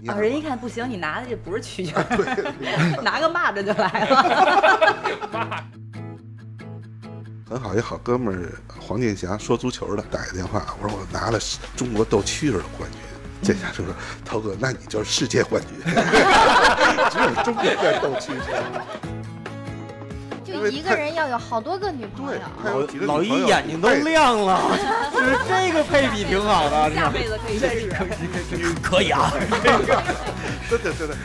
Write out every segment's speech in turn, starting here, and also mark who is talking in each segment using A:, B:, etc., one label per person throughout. A: 你
B: 啊，
A: 拿
B: 人
A: 吧
B: 一看不行，你拿的这不是 蛐蛐儿，拿个蚂蚱就来 了。
A: 很好，一好哥们儿黄健翔说足球的打一电话，我说我拿了中国斗蛐儿的冠军。健翔就说：“涛哥，那你就是世界冠军， 只有中国在斗蛐蛐。因
C: 就
A: 为
C: 一个
A: 太
C: 人要有好多个女朋
A: 对
C: 友，
A: 太
D: 老
A: 有几个女
D: 老
A: 朋
D: 一
A: 友
D: 眼睛都
E: 哎
D: 亮了，就是这个配比挺好的，
B: 下辈子可以试试。
D: 可以 啊。”
A: 真的真的，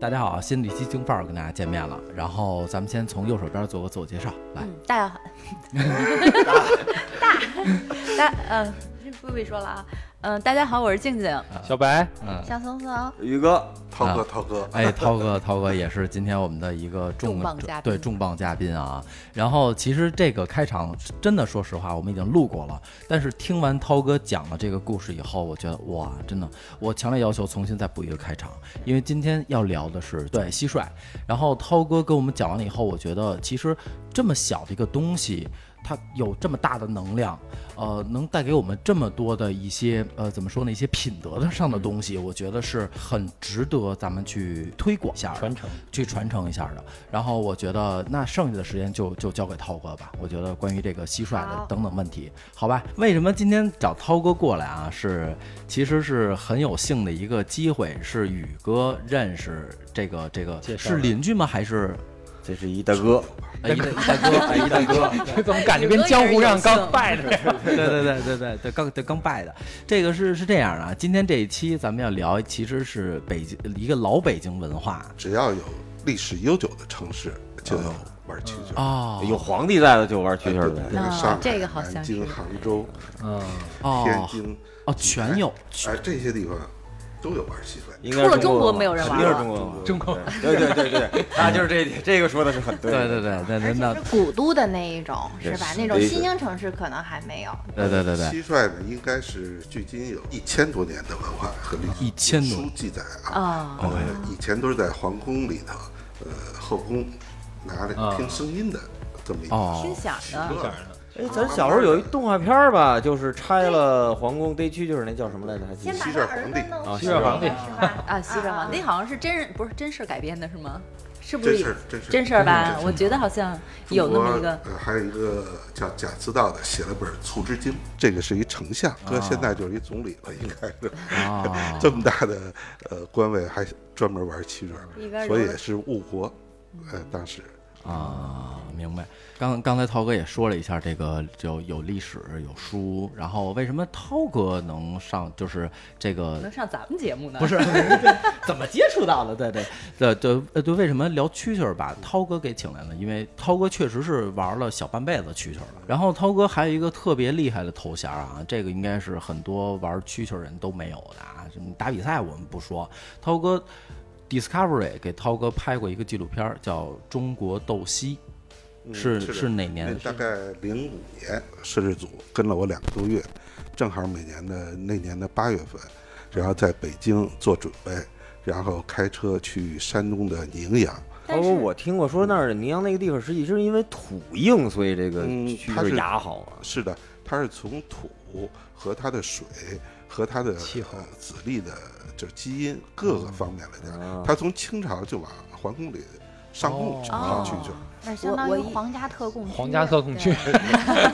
F: 大家好，新的一期京范儿跟大家见面了。然后咱们先从右手边做个自我介绍，来，
B: 嗯，大家好， 大大嗯，这不必说了啊。嗯，大家好，我是静静，
D: 啊小白，
F: 嗯，
C: 小怂怂，
D: 宇哥，
A: 涛哥
F: 啊
A: 涛哥，
F: 哎，涛哥，涛哥也是今天我们的一个重
B: 重磅嘉宾
F: 对重磅嘉宾啊。然后其实这个开场真的，说实话，我们已经录过了。但是听完涛哥讲了这个故事以后，我觉得哇，真的，我强烈要求重新再补一个开场，因为今天要聊的是对蟋蟀。然后涛哥跟我们讲完了以后，我觉得其实这么小的一个东西。它有这么大的能量，呃，能带给我们这么多的一些呃，怎么说呢，一些品德的上的东西，我觉得是很值得咱们去推广一下的、
D: 传承
F: 去传承一下的。然后我觉得那剩下的时间就就交给涛哥吧。我觉得关于这个蟋蟀的
C: 好
F: 等等问题，好吧？为什么今天找涛哥过来啊？是其实是很有幸的一个机会，是宇哥认识这个这个
D: 介绍
F: 是
D: 的
F: 邻居吗？还是
D: 这是一大哥，
F: 哎一大一大哥？哎一大哥。
D: 这怎么感觉跟江湖上刚拜的？
F: 对对对对对对，刚对刚拜的，这个是是这样的啊。今天这一期咱们要聊，其实是北京一个老北京文化
A: 只要有历史悠久的城市，就有玩哎蛐蛐。
F: 哦
E: 有皇帝在的就玩蛐蛐
A: 对
E: 儿
A: 对
E: 呗。
A: 对
B: 啊
A: 上海、
B: 这个好像
A: 南京、
B: 是
A: 杭州、
D: 嗯，
A: 天
F: 哦
A: 津，
F: 哦，全有
A: 哎，这些地方都有玩蟋蟀。
E: 应该
B: 除
E: 是
B: 了中国
E: 吧
B: 没有人
E: 肯
B: 玩
E: 定是
B: 了
E: 中。国
D: 中国
E: 吧。对对 对对，他就是这点这个说的是很对
F: 对
E: 的。
F: 对对对对，那
C: 而且是古都的那一种，是
E: 对
C: 吧？
E: 是
C: 那种
E: 对
C: 新兴城市可能还没有。
F: 对对对对，
A: 蟋蟀呢，应该是距今有一千多年的文化和历史，
F: 1000多
A: 书记载啊，
B: 啊，
A: 呃，以前都是在皇宫里头，呃，后宫拿来听声音的这么一个
F: 哦
B: 听响的，啊
A: 歌儿。
E: 哎，咱小时候有一动画片儿吧，就是拆了皇宫逮蛐蛐儿，那叫什么来着？还记
C: 先
E: 得
C: 把
A: 蟋蟀
C: 他
A: 皇
C: 儿子
A: 帝
C: 弄
E: 啊
C: 死
E: 蟋蟀
D: 皇帝
C: 是吧？
B: 啊，西边皇帝
C: 啊
B: 好像是真人，不是真事儿改编的，是吗？是不
A: 真
B: 是
A: 事？真啊事
B: 真事儿吧？
A: 真
B: 我觉得好像有那么一个
A: 中，国呃，还有一个叫贾似道的，写了本《醋之经》，这个是一丞相，搁现在就是一总理了，应该是。
F: 哦
A: 这么大的呃官位，还专门玩蛐蛐
B: 一
A: 儿，
B: 边
A: 所以
B: 揉
A: 也是误国。呃，当时
F: 啊，明白。刚刚才涛哥也说了一下，这个就有历史有书，然后为什么涛哥能上就是这个
B: 能上咱们节目呢？
F: 不 是，怎么接触到的？对对对对呃对，为什么聊蛐蛐儿把
A: 嗯
F: 涛哥给请来呢？因为涛哥确实是玩了小半辈子蛐蛐儿
A: 嗯
F: 了。然后涛哥还有一个特别厉害的头衔儿啊，这个应该是很多玩蛐蛐儿人都没有的啊。什么打比赛我们不说，涛哥 Discovery 给涛哥拍过一个纪录片儿，叫《中国斗蟋》。
A: 嗯
F: 是
A: 是
F: 是哪年
A: 那？大概零五年，摄制组跟了我两个多月，正好每年的那年的八月份，然后在北京做准备，然后开车去山东的宁阳。
E: 他说我听过说那儿宁阳那个地方，实际是因为土硬，所以这个
A: 嗯
E: 蛐蛐
A: 它
E: 儿
A: 是
E: 牙好啊。
A: 是的，它是从土和它的水和它的
D: 气候
A: 呃子粒的，就是基因各个方面来
E: 啊
A: 讲，它从清朝就往皇宫里上供
B: 哦
A: 上去去了。
C: 那相当
B: 我
C: 于
B: 一
C: 皇家特供区。
D: 皇家特供区
C: 对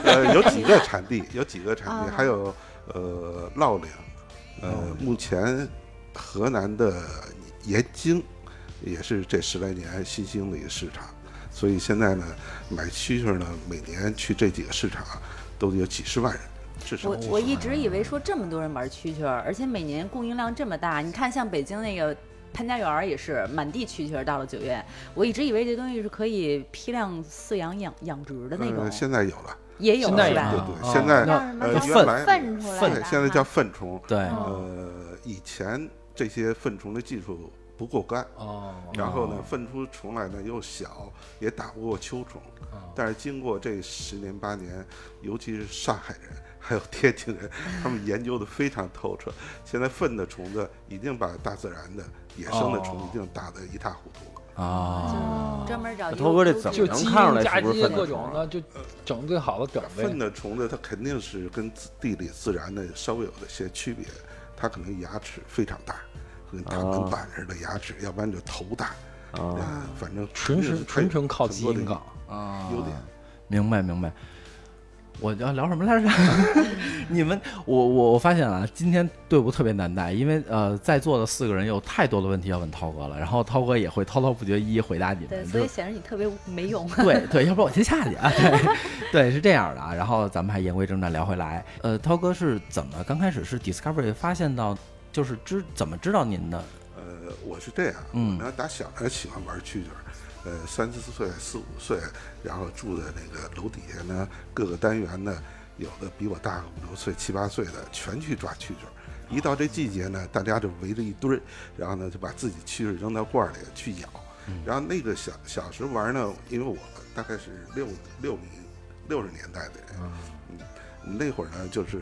A: 呃，有几个产地，有几个产地，
C: 啊
A: 还有呃烙岭，呃，
D: 哦
A: 目前河南的盐津也是这十来年新兴的一个市场，所以现在呢，买蛐蛐呢，每年去这几个市场都有几十万人，至少
B: 我
A: 几十
B: 我
A: 万
B: 一直以为说这么多人玩蛐蛐儿，而且每年供应量这么大，你看像北京那个潘家园儿也是满地蛐蛐儿，到了九月，我一直以为这东西是可以批量饲养养养殖的那种
A: 呃，，现在有了，
B: 也有
D: 现在
B: 是
D: 有
A: 对
D: 啊
B: 吧？
A: 对，
D: 哦
A: 现在
C: 让什么
A: 呃
C: 叫
A: 原来
C: 粪出来
A: 对
C: 的？
A: 现在叫粪虫，
F: 对，
C: 哦
A: 呃，以前这些粪虫的技术不够干，
D: 哦，
A: 然后呢，粪出虫来呢又小，也打不过秋虫。
G: 哦
A: 但是经过这十年八年，尤其是上海人还有天津人，他们研究的非常透彻。现在粪的虫子已经把大自然的野生的虫
D: 哦
G: 哦
A: 已经打得一塌糊涂了。
F: 啊，
B: 专门找
E: 哦涛哥这怎么
G: 就
E: 能
G: 基因
E: 看出来
G: 嫁
E: 是不是
G: 接
E: 粪的
G: 各
E: 虫
G: 种
E: 啊
G: 的，就整最好的梗
A: 粪
G: 呗。
A: 的虫子它肯定是跟自地里自然的稍微有了些区别，它可能牙齿非常大，跟它跟
E: 哦
A: 板儿的牙齿，要不然就头大，
E: 啊，
A: 啊，反正
G: 哦纯
A: 肯定
G: 是
A: 是
G: 纯
A: 它有
G: 纯靠
A: 很
G: 基
A: 多的
G: 因梗，
F: 啊
A: 优点。
F: 明白明白。我要聊什么来着？ 你们，我我我发现啊，今天队伍特别难带，因为呃，在座的四个人有太多的问题要问涛哥了，然后涛哥也会滔滔不绝一一回答你们。
B: 对，
F: 就
B: 所以显得你特别没 用。
F: 对对，要不然我先下 去啊。对对，是这样的啊。然后咱们还言归正传，聊回来。呃，涛哥是怎么刚开始是 Discovery 发现到，就是知怎么知道您的？
A: 呃，我是这样，
F: 嗯
A: 我呢打小呢喜欢玩蛐蛐儿，呃，三四岁、四五岁，然后住在那个楼底下呢，各个单元呢，有的比我大个五六岁、七八岁的，全去抓蛐蛐儿。一到这季节呢，大家就围着一堆儿，然后呢就把自己蛐蛐扔到罐儿里去咬。然后那个小小时候玩呢，因为我大概是六六零六十年代的人，嗯，我们那会儿呢就是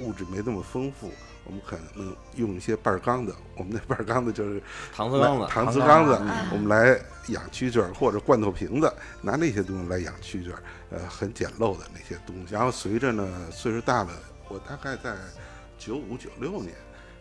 A: 物质没那么丰富，我们可能用一些半儿缸的，我们那半儿缸的就是
E: 搪瓷缸子，
A: 搪瓷缸子，
G: 嗯
A: 我们来养蛐蛐儿或者罐头瓶子，拿那些东西来养蛐蛐儿，呃，很简陋的那些东西。然后随着呢岁数大了，我大概在九五九六年，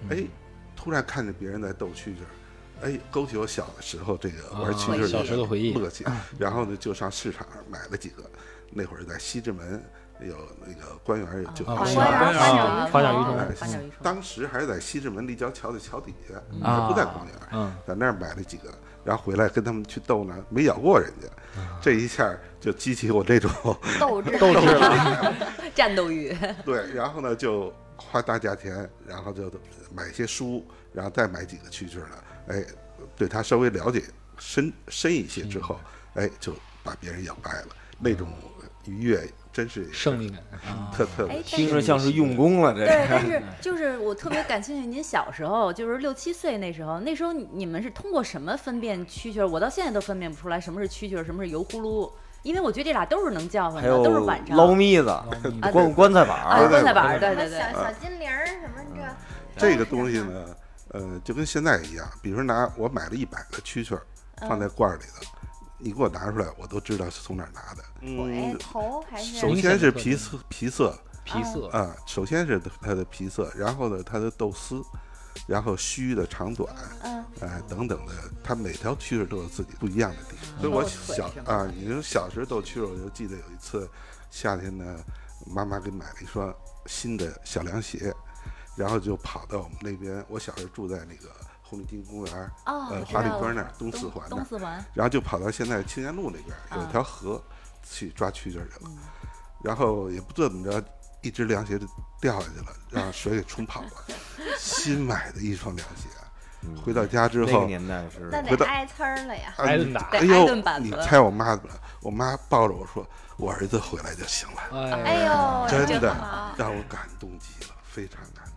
G: 嗯
A: 哎，突然看见别人在斗蛐蛐儿。哎，勾起我小的时候这个玩蛐蛐儿
G: 啊小时候的回忆嗯
A: 乐趣，然后呢就上市场买了几个。那会儿在西直门有那个官园有就
G: 啊
A: 有
G: 官
A: 市
G: 园
A: 场
G: 儿花鸟
B: 鱼
G: 花鸟
B: 虫
G: 鱼虫
A: 哎
B: 花鸟鱼虫
A: 当时还是在西直门立交桥的桥底下，
F: 啊
A: 还不在公园，
G: 嗯
A: 在那儿买了几个，然后回来跟他们去斗呢，没咬过人家，这一下就激起我这种
C: 斗志，
A: 斗志了。
B: 战斗哎欲，
A: 对，然后呢就花大价钱，然后就买些书，然后再买几个蛐蛐儿呢，哎，对它稍微了解深深一些之后，哎，就把别人咬败了，那种愉悦真是
G: 胜利感。
A: 特特
B: 哎，但
E: 听着
B: 是。
E: 像是用功了，这
B: 对， 但是就是我特别感兴趣，您小时候就是六七岁那时候，那时候你们是通过什么分辨蛐蛐儿？我到现在都分辨不出来什么是蛐蛐儿，什么是油葫芦，因为我觉得这俩都是能叫唤的，
E: 还有
B: 都是晚上
E: 捞蜜子、 棺棺材板
B: 啊，
E: 儿，
B: 棺材板儿，对
C: 什么
B: 对 对，
C: 小
A: 啊
C: 小精灵儿什么这，
A: 这个东西呢，呃，就跟现在一样，比如说拿我买了一百个蛐蛐儿放在罐儿里的，你给我拿出来，我都知道是从哪儿拿的。
C: 哎
A: 嗯，
C: 头还是嗯
A: 首
G: 手
A: 先是皮色，皮色
G: 皮色，
A: 啊，首先是它的皮色，然后呢它的豆丝，然后须的长短，
C: 嗯
A: 哎等等的，它每条蛐蛐都有自己不一样的地方。所以我
B: 露腿
A: 小
B: 是吗
A: 啊，你说小时候斗蛐蛐，我就记得有一次夏天呢，妈妈给买了一双新的小凉鞋，然后就跑到我们那边，我小时候住在那个红绿金公园儿，
B: 哦
A: 呃，
B: 我知
A: 华丽
B: 道
A: 庄
B: 了
A: 那儿，东四环嗯那
B: 东
A: 儿，
B: 四环，
A: 然后就跑到现在青年路那边
B: 啊
A: 有一条河，去抓蛐蛐去了，
B: 嗯
A: 然后也不知道怎么着，一只凉鞋就掉下去了，让水给冲 跑了。新买的一双凉鞋，
G: 嗯
A: 回到家之
E: 那个
A: 后，
E: 年代是
C: 那
A: 回
C: 得
A: 到
C: 挨呲儿了呀。
A: 啊
G: 挨
A: 你
G: 顿打
A: 哎
B: 得挨顿
A: 呦，
B: 板子
A: 你猜我妈怎么了？我妈抱着我说：“我儿子回来就行了。
G: 哎
C: 哎呦，
A: 真的
B: 啊
C: 好”
A: 让我感动极了，非常感动。
G: 啊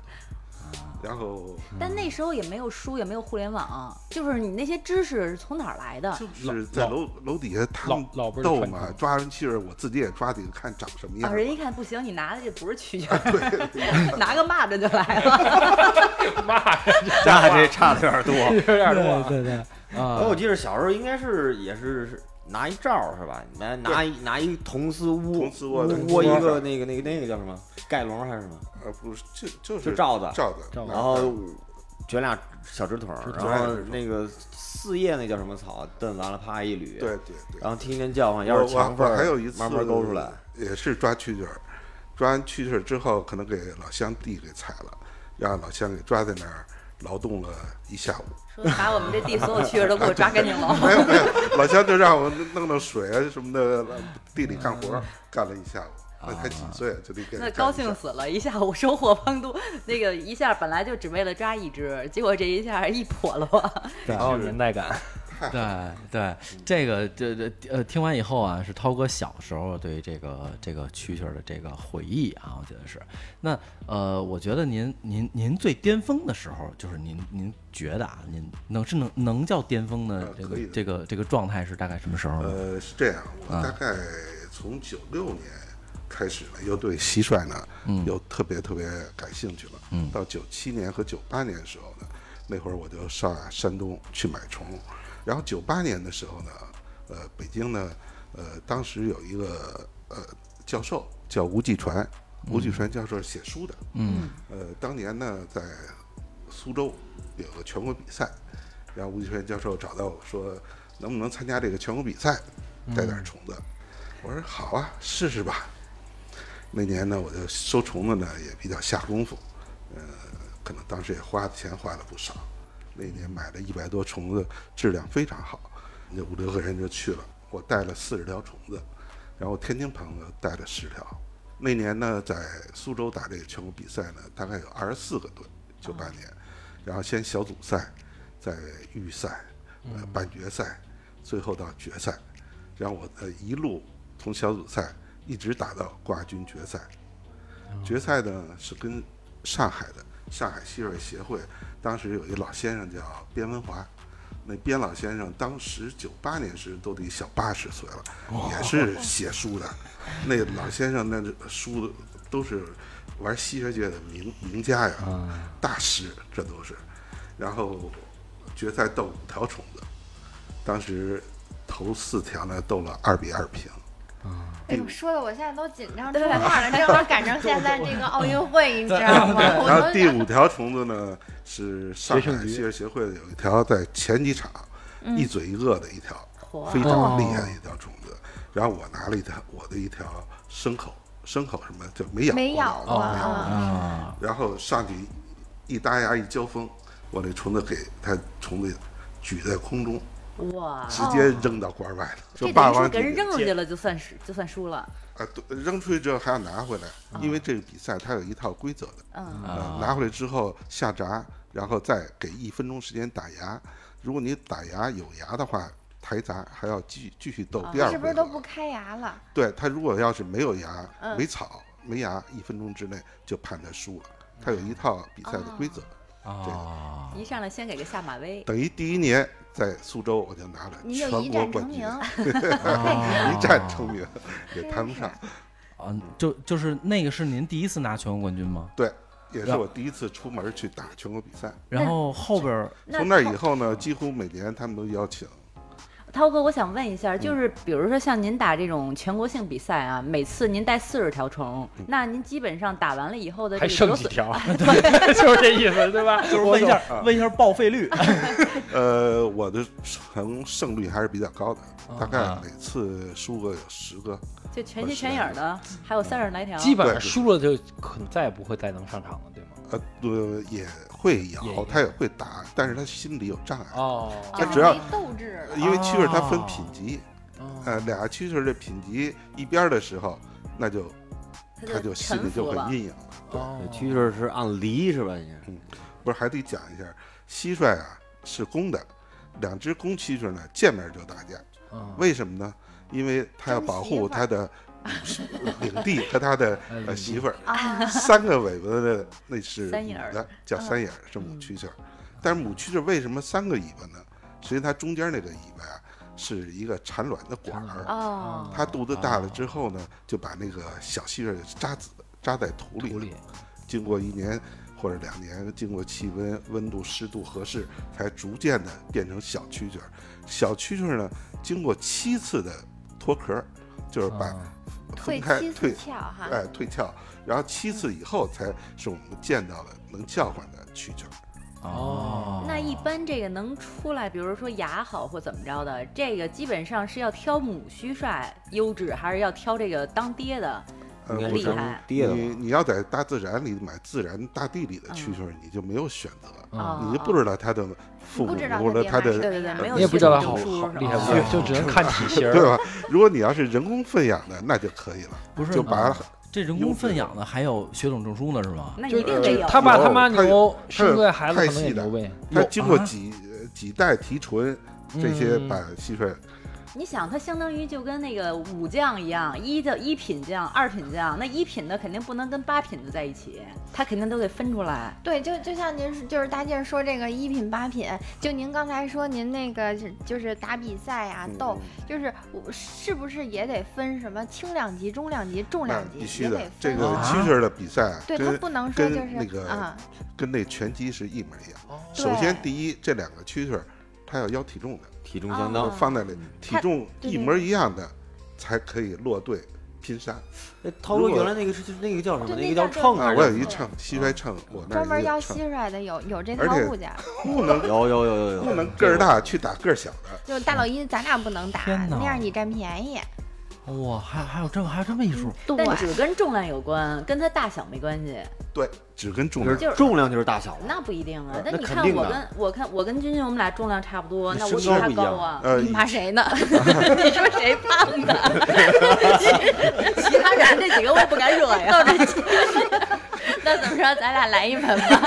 A: 然后
B: 但那时候也没有书，也没有互联网，就是你那些知识是从哪儿来的？
A: 就是在楼楼底下他
G: 老
A: 们
G: 老辈儿的
A: 斗
G: 传
A: 嘛，
G: 承
A: 抓人蛐儿，我自己也抓几个看长什么样
B: 啊，
A: 儿。
B: 人一看不行，你拿的这不是蛐蛐儿， 拿个蚂蚱就来了。
E: 那这差的有点多。
G: 有点多。
F: 对对啊
E: 哎，我记得小时候应该是也是是拿一罩儿是吧？拿拿一拿一铜丝窝，
A: 铜丝窝对
E: 窝一
A: 铜丝
E: 个
A: 窝
E: 那个那个那个叫什么盖笼还是什么？
A: 呃，不是，就就是
E: 就罩子哦
A: 罩子，
G: 罩子
A: 拿
E: 然后卷俩小直筒儿，
A: 直
E: 然
A: 筒儿
E: 后那个四叶那叫什么草，蹬完了啪一捋，
A: 对，对对。
E: 然后听见叫唤，
A: 我
E: 要是强
A: 我
E: 缝儿，
A: 还有一次
E: 慢慢勾出来。，
A: 也是抓蛐蛐儿，抓完蛐蛐儿之后，可能给老乡地给踩了，让老乡给抓在那儿劳动了一下午。
B: 说把我们这地所有蛐蛐儿都给我抓干净喽。
A: 没有没有，老乡就让我弄弄水啊什么的，地里干
E: 嗯
A: 活儿干了一下午。那才几岁啊就得给
B: 那
A: 干
B: 高
A: 一下
B: 兴死了，一下午收获丰都。那个一下本来就只为了抓一只，结果这一下一破落。
E: 哎
G: 好有年代感，
F: 对对，这个这这呃，听完以后啊，是涛哥小时候对这个这个蛐蛐儿的这个回忆啊，我觉得是。那呃，我觉得您您您最巅峰的时候，就是您您觉得啊，您能是能能叫巅峰的
A: 呃
F: 这
A: 可以
F: 个
A: 的
F: 这个这个状态是大概什么时候呢？
A: 呃，是这样，我大概从九六年开始呢，又对蟋蟀呢，又特别特别感兴趣了。到九七年和九八年的时候呢，那会儿我就上山东去买虫，然后九八年的时候呢，呃，北京呢，呃，当时有一个呃教授叫吴继传，吴继传教授是写书的，
F: 嗯
A: 呃，当年呢在苏州有个全国比赛，然后吴继传教授找到我说，能不能参加这个全国比赛，带点虫子？我说好啊，试试吧。那年呢，我就收虫子呢也比较下功夫，呃，可能当时也花的钱花了不少。那年买了一百多虫子，质量非常好，那五六个人就去了。我带了四十条虫子，然后天津朋友带了十条。那年呢，在苏州打这个全国比赛呢，大概有二十四个队，九八年，然后先小组赛，再预赛，呃，半决赛，最后到决赛，让我呃一路从小组赛一直打到冠军决赛。决赛呢是跟上海的上海戏水协会，当时有一老先生叫边文华，那边老先生当时九八年时都得小八十岁了，也是写书的。那老先生那书都是玩戏谑界的名名家呀，大师这都是。然后决赛斗五条虫子，当时头四条呢斗了二比二平。
C: 哎呦，说的我现在都紧张出汗了，正好赶上现在这个奥运会，你知道 吗？
A: 然
C: 我
A: 后
C: 都
A: 第
C: 想
A: 五条虫子呢是上海戏剧协会的有一条在前几场
B: 嗯
A: 一嘴一饿的一条，
B: 嚯
A: 非常厉害的一条虫子。然后我拿了一条我的一条牲口，牲口什么就没咬过
C: 没咬
A: 的
C: 过
A: 没咬过
C: 啊，
F: 啊，
A: 然后上去一搭牙一交锋，我那虫子给它虫子举在空中，
B: 哇，
A: 直接扔到馆外了，
B: 哦这
A: 就霸
B: 等于
A: 王
B: 说
A: 级
B: 给人
A: 的
B: 扔出去了，就算是就算输了。
A: 啊，对扔出去之后还要拿回来，因为这个比赛它有一套规则的。
B: 嗯，
A: 呃，拿回来之后下闸，然后再给一分钟时间打牙。如果你打牙有牙的话，抬闸还要继继续斗第二
C: 啊是
A: 回
C: 不
A: 合。
C: 是都不嗯开牙了？
A: 对他如果要是没有牙、没草、没牙，一分钟之内就判他输了。他有一套比赛的规则，
C: 哦
A: 呃
F: 啊，
B: 一上来先给个下马威，
A: 等于第一年在苏州我就拿了
C: 你
A: 全
C: 有一
A: 国
C: 战成
A: 冠军
C: 名，，
A: 一战成名 也谈不上。
F: 啊，就就是那个是您第一次拿全国冠军吗？
A: 对，也是我第一次出门去打全国比赛。
F: 然后后边儿
C: 那
A: 从那
C: 涛
A: 以后呢，几乎每年他们都邀请。
B: 涛哥，我想问一下，
A: 嗯
B: 就是比如说像您打这种全国性比赛啊，每次您带四十条虫，
A: 嗯
B: 那您基本上打完了以后的这
G: 还
B: 个
G: 剩
B: 有
G: 几
B: 损
G: 条？就是这意思，对吧？
D: 就是问一下，
A: 啊
D: 问一下报废率。
A: 呃，我的成胜率还是比较高的，大概
G: 啊
A: 每次输个有十个。
B: 就全心全影儿的，还有三十来条，
G: 嗯基本上输了就可能再也不会再能上场了，对吗？
A: 呃，呃，也会
G: 也
A: 咬
G: 也，
A: 他也会打，但是他心里有障碍，
G: 哦，
B: 啊
A: 他
C: 就
A: 只要
C: 没斗志了。
A: 因为蛐蛐儿它分品级，
G: 哦
A: 呃，俩蛐蛐儿的品级一边儿的时候，那就他
B: 就
A: 心里
B: 臣
A: 就
B: 服了
A: 很。阴影了。对，
G: 哦
E: 蛐蛐儿是按梨是吧？你是
A: 不是还得讲一下，蟋蟀啊是公的，两只公蛐蛐儿呢见面就打架，
G: 嗯
A: 为什么呢？因为它要
C: 争
A: 保
C: 媳
A: 护
C: 妇儿
A: 它的领地和它的
G: 哎领
A: 呃
G: 地
A: 媳妇儿。
C: 啊，
A: 三个尾巴的那是
B: 三
A: 母
B: 眼儿
A: 的，叫三眼儿，是母蛐蛐儿。但是母蛐蛐儿为什么三个尾巴呢？实际它中间那个尾巴呀，是一个产卵的管儿。
G: 嗯
B: 哦，
A: 它肚子大了之后呢，就把那个小蟋蟀扎子扎在土里，
G: 土里
A: 经过一年或者两年，经过气温、温度、湿度合适，才逐渐的变成小蛐蛐儿。小蛐蛐儿呢，经过七次的脱壳儿，就是
G: 嗯
A: 把
G: 哦
A: 分
C: 退
A: 开
C: 七
A: 退
C: 四窍哈，
A: 哎，退壳，然后七次以后才是我们见到了能叫唤的蛐蛐儿。
F: 哦，
B: 那一般这个能出来，比如说牙好或怎么着的，这个基本上是要挑母蟋蟀优质，还是要挑这个当爹的？
A: 呃，
E: 应该
A: 我
B: 厉
E: 是
A: 想
B: 害
E: 跌的吧
A: 你你要在大自然里买自然大地里的
C: 嗯
A: 蛐蛐儿，你就没有选择，
G: 嗯
B: 哦
A: 你就不知道它的父母
C: 不知道
A: 或者
C: 它
A: 它
C: 爹妈是
A: 的。
B: 对对对，没有
G: 你也不知道它
B: 学
G: 好
B: 过证书
G: 好
B: 是吧
G: 嗯厉害不
B: 哦
G: 厉害，就只能看体型
A: 对
G: 儿。
A: 吧？如果你要是人工分养的，那就可以了。
F: 不是
A: 就把
F: 嗯这人工分养的还有血统证书呢是吗？
B: 那
G: 就
B: 一
G: 是
B: 定得有。
G: 他爸他妈
A: 有它有它
G: 牛，
A: 有
G: 生出来孩子
A: 太
G: 可能也
A: 细的
G: 牛呗。
A: 它
F: 有
A: 经过
F: 啊
A: 几呃几代提纯，这些
G: 嗯
A: 把蟋蟀
B: 你想，它相当于就跟那个武将一样，一叫一品将，二品将，那一品的肯定不能跟八品的在一起，它肯定都得分出来。
C: 对，就就像您说就是大劲儿说这个一品八品，就您刚才说您那个是就是打比赛啊
A: 嗯
C: 斗，就是我是不是也得分什么轻量级、中量级、重
A: 那
C: 量级，
A: 必须
C: 也
A: 的
C: 得。
A: 这
C: 分
A: 个
C: 啊。
A: 蛐蛐儿的比赛啊，
C: 对他
A: 跟
C: 不能说就
A: 跟
C: 是
A: 那个
C: 啊，
A: 跟那拳击是一模一样。
G: 哦
A: 首先，
C: 对
A: 第一，这两个蛐蛐儿它要要体重的，
E: 体重相当
C: 啊。
A: 放在里，体
C: 它
A: 重
C: 对
A: 一
C: 对
A: 模一样的才可以落队拼杀。
E: 那哎涛哥
A: 如果
E: 原来那个是就是那个叫什么？
C: 对
E: 那个
C: 那
E: 叫
C: 叫
E: 秤
C: 秤
A: 啊，
E: 还
A: 我有
E: 是？嗯
A: 一秤，蟋蟀秤，我那
C: 专
A: 儿
C: 门
A: 也
C: 要
A: 有秤，
C: 蟋蟀的有有这
A: 而
C: 套
A: 且
C: 物件儿，
A: 不能
E: 有有有有有。
A: 不能个儿大去打个儿小的。
C: 就大老鹰咱俩不能打，
F: 天哪
C: 那样你占便宜。
F: 哇，还还有这还有这么一说，
C: 对
B: 但只跟重量有关，跟它大小没关系。
A: 对，只跟重
E: 就
A: 量
E: 是重量就是大小了。
B: 那不一定啊。
E: 那
B: 但你
E: 肯
B: 看
E: 定
B: 我
E: 的
B: 跟我看我跟君君，我们俩重量差不多，
E: 那
B: 那我比
E: 身高
B: 他
E: 不一
B: 高
E: 样嗯
B: 啊。
A: 呃，
C: 你怕谁呢？
B: 你说谁胖的？ 其他人这几个我也不敢惹 呀。
C: 那怎么着，咱俩来一盆吧。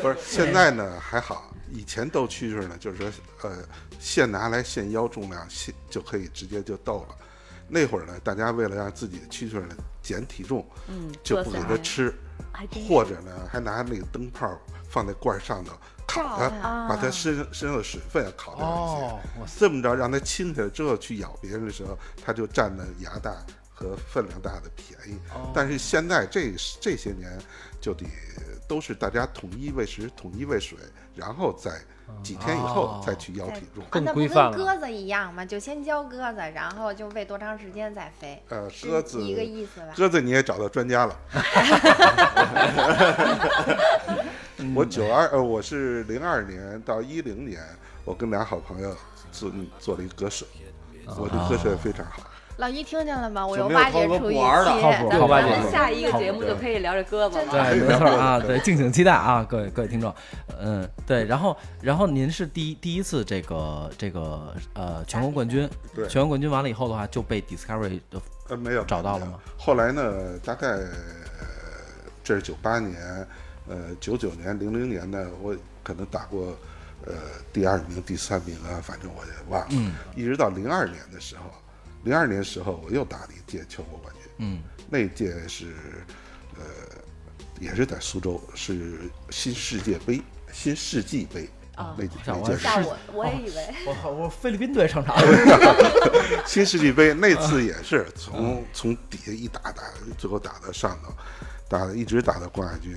A: 不是现在呢还好，以前斗蛐蛐呢，就是说呃现拿来现腰重量，现就可以直接就斗了。那会儿呢，大家为了让自己的蛐蛐呢减体重，
B: 嗯，
A: 就
B: 这
A: 不给
B: 三
A: 它
B: 年
A: 吃，
B: 还真
A: 或者呢还拿那个灯泡放在罐儿上头烤它，
B: 啊
A: 把它身上身上的水分烤掉一些。
G: 哦，哇塞，
A: 这么着让它亲起来之后去咬别人的时候，它就占了牙大和分量大的便宜。但是现在这这些年就得都是大家统一喂食、统一喂水，然后再几天以后
F: 哦
A: 再去摇体重。
C: 啊
G: 更
C: 那不
G: 规
C: 跟
G: 范了
C: 鸽子一样吗？就先教鸽子，然后就喂多长时间再飞，
A: 呃，
C: 是
A: 鸽子
C: 一个意思吧？
A: 鸽子你也找到专家了。 我九二呃，我是零二年到一零年，我跟俩好朋友做做了一歌手，
C: 嗯
A: 我的歌手也非常好。
C: 老一听见了吗？我又
E: 就没有
C: 挖掘
E: 涛哥
C: 出一
E: 不
C: 期，
E: 玩
A: 啊
E: 了
F: 靠谱
C: 咱
G: 靠谱
C: 们
B: 咱们下一个
F: 好
B: 节目就可以聊这胳膊
C: 真
B: 了。
F: 对，没错啊，对，敬请期待啊，各位各位听众，嗯，对，然后然后您是第一第一次这个这个呃全国冠军，
A: 对
F: 全国冠军完了以后的话就被 Discovery 的
A: 呃，没有
F: 找到了
A: 没有
F: 吗
A: 后来呢，大概呃这是九八年，呃，九九年、零零年呢，我可能打过呃第二名、第三名啊，反正我也忘了。
F: 嗯
A: 一直到零二年的时候，零二年时候我又打了一届全国冠军，
F: 嗯
A: 那一届是呃也是在苏州，是新世界杯、新世纪杯。
B: 啊
A: 那那
F: 想我
A: 届
F: 是
A: 是
B: 吓我，我也以为哎
F: 我我菲律宾队上 场，
A: 新世纪杯那次也是从从底下一打打，最后打到上头，打一直打到冠亚军。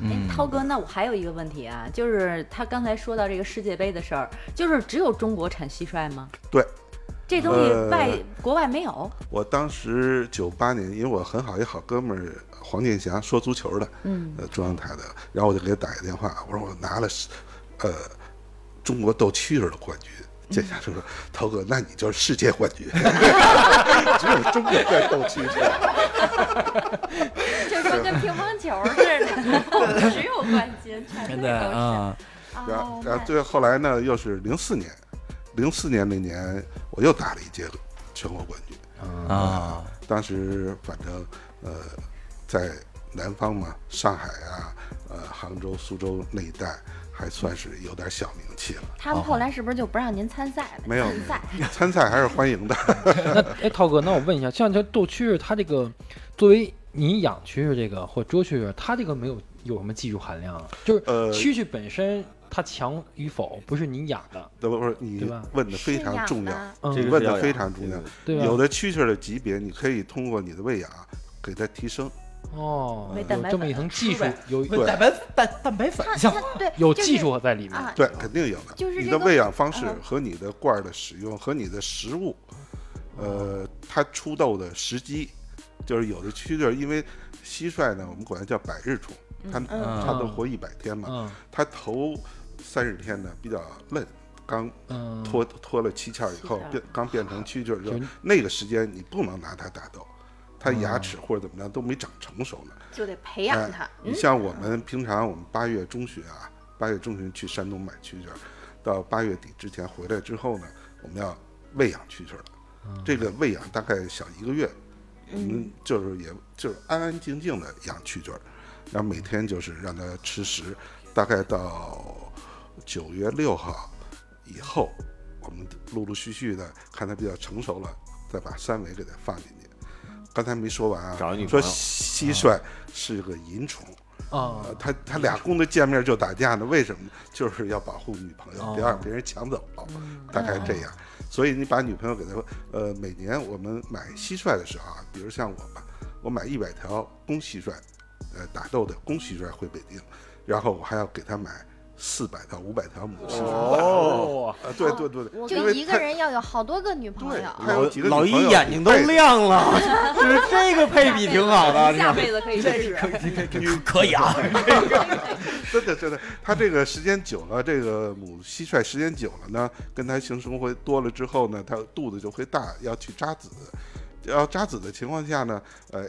F: 嗯
B: 哎，涛哥，那我还有一个问题啊，就是他刚才说到这个世界杯的事儿，就是只有中国产蟋蟀吗？
A: 对，
B: 这东西
A: 呃
B: 外、国外没有。
A: 我当时九八年，因为我很好一好哥们儿黄健翔说足球的，
B: 嗯，
A: 呃，中央台的，然后我就给他打一电话，我说我拿了世，呃，中国斗蛐蛐的冠军。健翔就说：“涛哥，那你就是世界冠军，只有中国在斗蛐蛐。”
C: 就说跟乒乓球似 的，只有冠军，全
F: 真
C: 队
F: 的
C: 都是。
F: 啊，
A: 然
C: 哦
A: 后，然后最后来呢，又是零四年，零四年那年我又打了一届全国冠军。
F: 啊，
A: 当时反正呃，在南方嘛，上海啊，呃，杭州、苏州那一带还算是有点小名气了。
C: 他们后来是不
A: 哦
C: 是就不让您参赛了？
A: 没有
C: 参赛
A: 参赛还是欢迎的。
G: 那哎，涛哥，那我问一下，像这斗蛐蛐，它这个作为你养蛐蛐这个或捉蛐蛐，它这个没有有什么技术含量啊？就是
A: 呃
G: 蛐蛐本身它强与否，不是你养的，
A: 对不不是你
G: 对吧
A: 问的非
C: 是养
A: 常重要，
C: 的
G: 嗯
E: 这个
A: 问
E: 是要
A: 的非
E: 养
A: 常重要。
G: 对吧？
A: 有的蛐蛐的级别，你可以通过你的喂养给它提升。
G: 哦，
B: 没蛋
G: 有
B: 白
G: 这么
B: 粉
G: 一层技
B: 吃
G: 术
B: 呗，
G: 有
A: 对
F: 蛋白蛋蛋白粉
C: 他
F: 像
C: 他对
G: 有
C: 就是
G: 技术在里面。
C: 啊，
A: 对，肯定有的。
C: 就是
A: 你
C: 这
A: 的
C: 个
A: 喂养方式
C: 嗯
A: 和你的罐儿的使用和你的食物，呃，它出痘的时机，就是有的蛐蛐，因为蟋蟀呢，我们管它叫百日虫，它
F: 嗯
A: 差不多活一百天嘛，
G: 嗯
A: 它头三十天呢比较嫩，刚
G: 嗯，
A: 脱脱了七窍以后
B: 七窍，
A: 变刚变成蛐蛐之后
G: 就，
A: 那个时间你不能拿它打斗，它牙齿或者怎么着都没长成熟呢。
C: 就得培养它
A: 哎。
B: 嗯
A: 你像我们平常，我们八月中旬啊，八月中旬去山东买蛐蛐儿，到八月底之前回来之后呢，我们要喂养蛐蛐儿了。这个喂养大概小一个月，
B: 嗯
A: 我们就是也就是安安静静的养蛐蛐儿，然后每天就是让它吃食，大概到九月六号以后，我们陆陆续续的看它比较成熟了，再把三维给它放进去。刚才没说完啊，
E: 找一女朋
A: 说
E: 友
A: 蟋蟀是个淫虫，
G: 啊
A: 呃，他他俩公的见面就打架呢，为什么呢？就是要保护女朋友，别让别人抢走，大概这样。所以你把女朋友给他，呃，每年我们买蟋蟀的时候啊，比如像我吧，我买一百条公蟋蟀，呃，打斗的公蟋蟀回北京，然后我还要给他买四百到五百条母鸡。
E: 哦，
A: 啊，对对对对，因
C: 就
A: 为
C: 一
A: 太
C: 个人要有好多个女朋
A: 对
C: 友。
A: 还有几个
E: 老
A: 女朋
E: 一
A: 友
E: 眼睛都
A: 带着
E: 亮了，就是这个配比挺好的，你
B: 下
E: 看
B: 辈子可以试试。
F: 可以啊，
A: 真的真的，它这个时间久了，这个母蟋蟀时间久了呢，跟它性生活多了之后呢，它肚子就会大，要去扎子。要扎子的情况下呢，呃，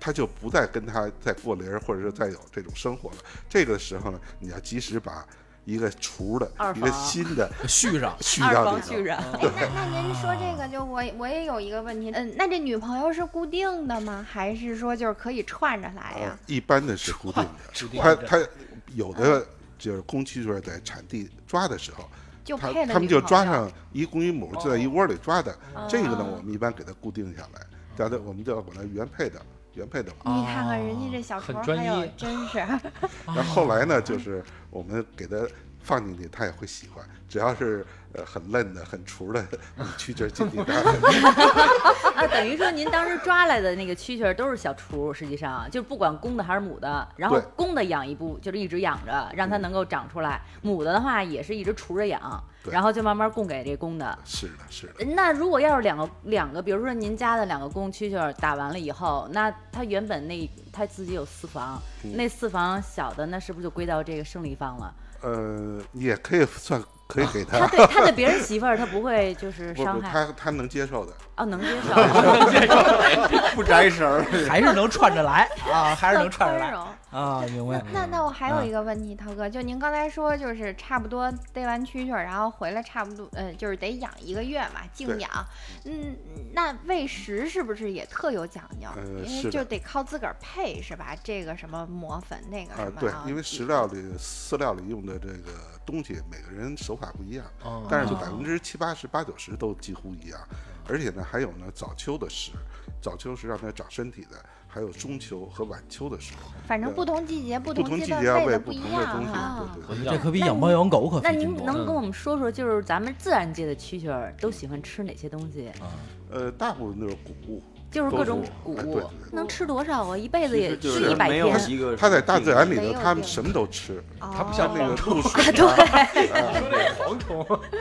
A: 它就不再跟它再过邻儿，或者是再有这种生活了。这个时候呢，你要及时把一个雏的
B: 二
A: 一个
B: 房
A: 新的
F: 续上。
A: 续
B: 二
A: 到里
B: 房
A: 头
B: 续。染，
C: 哎，那那您说这个，就我我也有一个问题，嗯，那这女朋友是固定的吗？还是说就是可以串着来呀？
A: 啊一般的是固定的，它它有的就是公蛐蛐儿在产地抓的时候，
C: 就
A: 他
C: 配了
A: 他们
C: 女
A: 就
C: 朋
A: 抓
C: 友
A: 上哦一公一母，就在一窝里抓的。这个呢，
C: 哦
A: 我们一般给它固定下来，叫它我们叫管它原配的，原配的。
C: 你看看啊人家这小
G: 很
C: 虫儿
G: 专
C: 还有
G: 一，
C: 真是
A: 然后后来呢，就是我们给它放进去，它也会喜欢。只要是呃很嫩的、很雏的母蛐蛐儿 进去，它
B: 啊，等于说您当时抓来的那个蛐蛐儿都是小雏，实际上啊就是不管公的还是母的，然后
A: 对嗯
B: 公的养一部就是一直养着，让它能够长出来；母的的话也是一直雏着养，
A: 对
B: 然后就慢慢供给这公的。
A: 是的，是的。
B: 那如果要是两个两个，比如说您家的两个公蛐蛐儿打完了以后，那它原本那它自己有四房，
A: 嗯
B: 那四房小的那是不是就归到这个生理方 了？
A: 呃，也可以算可以给
B: 他
A: 它，
B: 对他对别人媳妇儿，他不会就是
A: 不
B: 伤
A: 不，
B: 害
A: 它它能接受的。
B: 哦，能接受。
E: 不摘绳儿。
F: 还是能串着来啊，还是 能串着
C: 宽
F: 来
C: 容。
F: 啊，明白。
C: 那那我还有
F: 啊
C: 一个问题，涛哥，就您刚才说，就是差不多逮完蛐蛐儿，然后回来差不多，呃，就是得养一个月嘛，静
A: 对
C: 养。嗯，那喂食是不是也特有讲究？
A: 呃
C: 因
A: 是
C: 为
A: 的
C: 就得靠自个儿配是吧？这个什么磨粉，那个
A: 啊
C: 什么，
A: 对
C: 啊，
A: 因为
C: 挤
A: 食料里、饲料里用的这个东西，每个人手法不一样，但
C: 哦
A: 是百分之七八十、八九十都几乎一样。
C: 嗯
A: 而且呢，还有呢，早秋的食，早秋是让它长身体的，还有中秋和晚秋的食，
C: 反正
A: 呃
C: 不同季节嗯不
A: 不
C: 同
A: 同
C: 阶
A: 季
C: 段
A: 节要
C: 喂
A: 喂
C: 的
A: 不
C: 不
A: 同
C: 一
A: 的
C: 样啊
A: 东西，
C: 哈。
A: 对
F: 我
A: 对
F: 觉
A: 对。
F: 得这可比养猫养狗可
B: 那
F: 费
B: 您
F: 劲多了。
B: 能跟我们说说，就是咱们自然界的蛐蛐儿都喜欢吃哪些东西？
A: 呃，大部分都是谷物，
B: 就是各种谷
A: 都是哎
B: 物
A: 对对，对
B: 能吃多少啊？一辈子
E: 其实
B: 也
E: 就
B: 吃
E: 是
B: 一百
E: 没有
B: 天。
E: 一个
A: 它在大自然里
C: 没
A: 头，
C: 有
A: 它
C: 定
A: 们什么都吃。
C: 它不
A: 像那个
G: 虫，